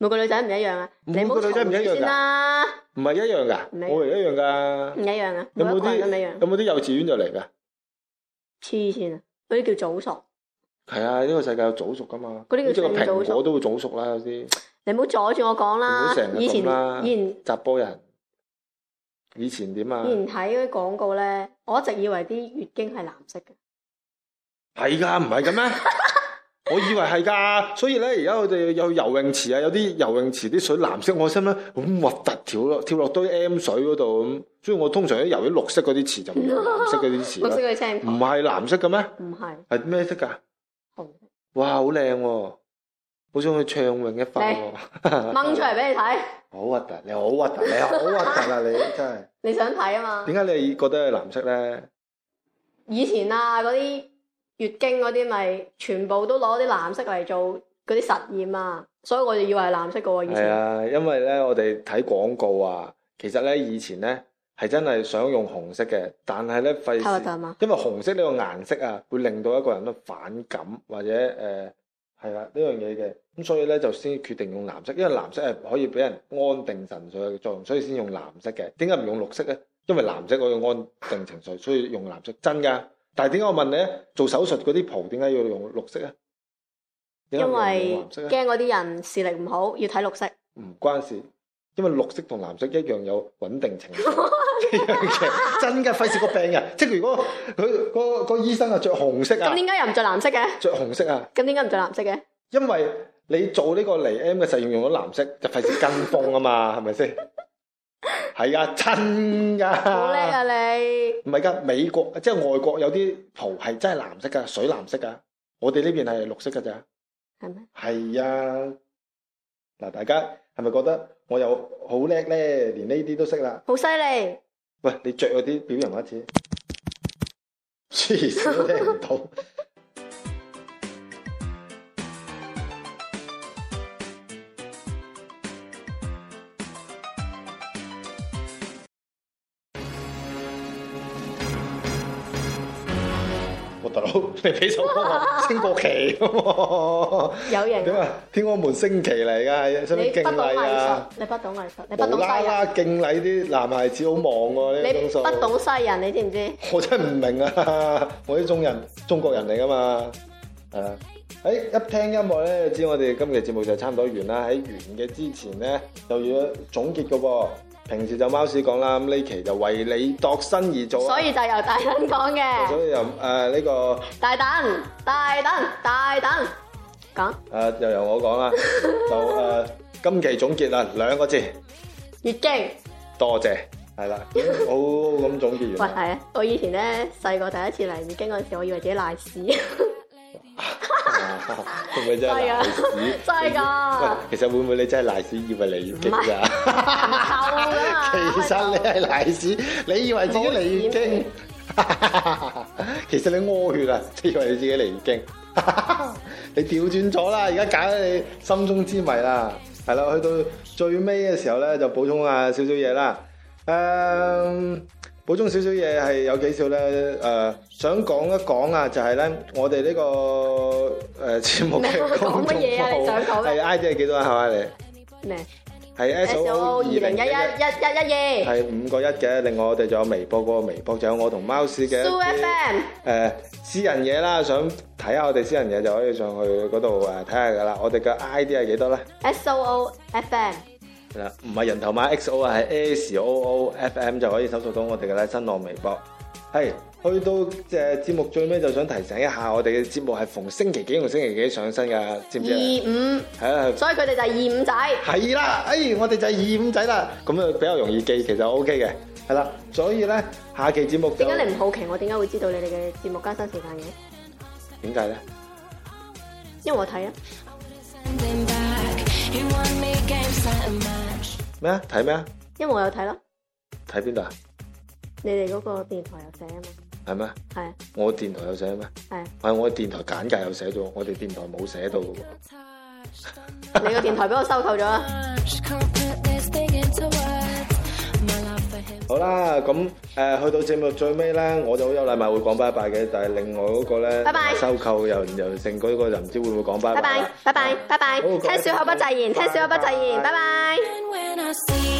S1: 每個女仔唔一樣啊，你
S2: 嗯每
S1: 唔好
S2: 個女仔唔一樣
S1: 嘈
S2: 㗎
S1: 住先啦，
S2: 唔係一樣㗎，
S1: 唔係
S2: 我哋一樣
S1: 唔
S2: 㗎。
S1: 一樣啊，每
S2: 有
S1: 一
S2: 冇
S1: 個人都唔一樣
S2: 啲有，冇啲幼稚園就嚟㗎？
S1: 黐線啊！嗰啲叫早熟，
S2: 係啊，呢個世界有早熟噶嘛，
S1: 嗰啲叫
S2: 好似個
S1: 性早
S2: 蘋
S1: 熟
S2: 果都會早熟啦，有啲
S1: 你唔好阻住我講
S2: 唔
S1: 啦
S2: 好成。日
S1: 以前
S2: 咁啦
S1: 以前
S2: 雜波人。以前點啊
S1: 以？前睇嗰啲廣告咧，我一直以為啲月經係藍色嘅，
S2: 係㗎，唔係 咁咩？我以為係㗎，所以咧而家我哋有游泳池啊，有啲游泳池啲水藍色，我心諗好核突，跳落跳落堆 M 水嗰度咁，所以我通常都游啲綠色嗰啲池就唔游藍色嗰啲池
S1: 綠
S2: 啦
S1: 色。嘅青
S2: 唔
S1: 苔，
S2: 係藍色嘅咩？
S1: 唔係
S2: 係咩色㗎？
S1: 紅
S2: 哇，好靚喎！好想去暢泳一番喎、嗯
S1: 掹出嚟俾你睇，
S2: 好核突，你好核突，你好核突啊！你真係〜
S1: 你想睇啊嘛？
S2: 點解你覺得係藍色咧？
S1: 以前啊，嗰啲月經嗰啲咪全部都攞啲藍色嚟做嗰啲實驗啊，所以我就以為係藍色嘅喎。以
S2: 係
S1: 前
S2: 啊，因為咧我哋睇廣告啊，其實咧以前咧係真係想用紅色嘅，但係咧費
S1: 太核突啊
S2: 事，
S1: 嘛，
S2: 因為紅色呢個顏色啊，會令到一個人都反感或者誒係啦呢樣嘢嘅，咁所以咧就先決定用藍色，因為藍色係可以俾人安定神緒嘅作用，所以先用藍色嘅。點解唔用綠色咧？因為藍色可以安定情緒，所以用藍色真㗎。但係點解我問你咧？做手術嗰啲袍點解要用綠色咧？啊點解
S1: 因
S2: 唔
S1: 為
S2: 用藍色啊呢
S1: 驚嗰啲人視力唔好，要睇綠色。
S2: 唔關事，因為綠色同藍色一樣有穩定情緒 呢樣嘢，真嘅費事個病人。 即係如果佢個個醫生啊着紅色啊
S1: 咁，點解又唔着藍色嘅？
S2: 着紅色啊，
S1: 咁點解唔着藍色嘅？
S2: 因為你做呢個嚟 M 嘅實驗用咗藍色，就費事跟風啊嘛， 係咪先？係啊，真㗎，
S1: 好叻啊你！
S2: 唔係㗎，美國即係外國有啲袍係真係藍色㗎，水藍色㗎，我哋呢邊係綠色㗎咋。
S1: 係咩？
S2: 係啊，嗱，大家係咪覺得我又好叻咧？連呢啲都識啦。
S1: 好犀利！
S2: 喂，你着嗰啲表揚我一次，黐線都聽唔到。喂大佬，你俾首歌我升國旗咁喎
S1: 有型啊
S2: 點啊？天安門升旗嚟㗎，使唔使
S1: 你
S2: 敬
S1: 不懂
S2: 禮
S1: 藝術？，
S2: 啊
S1: 你不懂藝術，你不
S2: 無
S1: 懂
S2: 啦
S1: 西
S2: 啦
S1: 人，
S2: 敬禮啲男孩子好忙喎，呢個
S1: 你
S2: 鐘數。
S1: 不懂西人，你知唔知？
S2: 我真係唔明啊！我啲中人中國人嚟噶嘛，係啊！誒一聽音樂咧，知我哋今期節目就差唔多完啦。喺完嘅之前咧，就要總結嘅噃。平時就貓屎講啦，咁呢期就為你度身而做啊。
S1: 所以就由大等講
S2: 所
S1: 嘅，
S2: 以又誒呢個
S1: 大等，大等，大等，講
S2: 誒又由我講啦，à, 就誒今期總結啦兩個字，
S1: 月經。
S2: 多謝 係啦，已經好好咁總結
S1: 喂，
S2: 完啦。
S1: 係啊！我以前咧細個第一次嚟月經嗰陣時，我以為自己賴屎，
S2: 會唔會真係賴屎？
S1: 啊真係㗎
S2: 喂，其實會唔會你真係賴屎，以為你要激
S1: 唔
S2: 㗎？
S1: 唔臭啊㗎嘛。
S2: 其
S1: ờ.
S2: 實你係賴屎，你以為自己嚟月
S1: 冇
S2: 經
S1: 屎，
S2: 其實你屙 血啊，你以為你自己嚟月 經，你調轉咗啦，而家搞到你心中之謎啦，係啦，去到最尾嘅時候咧，就補充下少少嘢啦，誒、À, 補充少少嘢係有幾少咧？誒、想講一講啊，就係咧，我哋呢、個誒、 節目嘅
S1: 你講
S2: 公眾
S1: 乜嘢啊你想講咩
S2: 係 I 姐幾多啊？係咪你？
S1: 咩
S2: 係 S
S1: ？S
S2: O
S1: O
S2: 二
S1: 二零一一一
S2: 零一一。
S1: 一一一二
S2: 係五個一嘅，另外我哋仲有微博嗰個微博，仲有我同貓屎嘅一
S1: ，Su
S2: 啲
S1: FM
S2: 誒私人嘢啦，想睇下我哋私人嘢就可以上去嗰度誒睇下噶啦。我哋嘅 I D 係幾多咧？
S1: S O O FM
S2: 係啦，唔係人頭馬 X O 啊，係 S O O F M 就可以搜索到我哋嘅咧新浪微博。係去到誒節目最尾就想提醒一下，我哋嘅節目係逢星期幾同星期幾上新㗎，知唔知啊？
S1: 二
S2: 係啊。係
S1: 五，所以佢哋就係二五仔。
S2: 係啦，哎，我哋就係二五仔啦，咁啊比較容易記，其實 O K 嘅，係啦，所以咧下期節目就
S1: 點解你唔好奇我點解會知道你哋嘅節目更新時間嘅？
S2: 點解咧？
S1: 因為我睇啊，
S3: Sending back. Who won me game set and match?
S2: 咩啊？睇咩啊？
S1: 因為我有睇咯。
S2: 睇邊度啊？
S1: 你哋嗰個電台有寫啊嘛，
S2: 係咩？
S1: 係啊
S2: 我電台有寫咩？
S1: 係啊，
S2: 係我電台簡介有寫咗，我哋電台冇寫到嘅喎。
S1: 你個電台俾我收購咗啊！
S3: Touch. Can't put this thing into words. My love for him.
S2: 好啦，咁誒、去到節目最尾咧，我就好有禮貌會講拜拜嘅，但係另外嗰個咧，
S1: 拜拜
S2: 收購又又剩嗰個就唔知會唔會講 拜
S1: 拜
S2: 拜
S1: 拜
S2: 啦。
S1: 拜拜拜拜，
S2: 好各位
S1: 聽小口不滯言，聽小口不滯言，拜拜。
S3: And when I see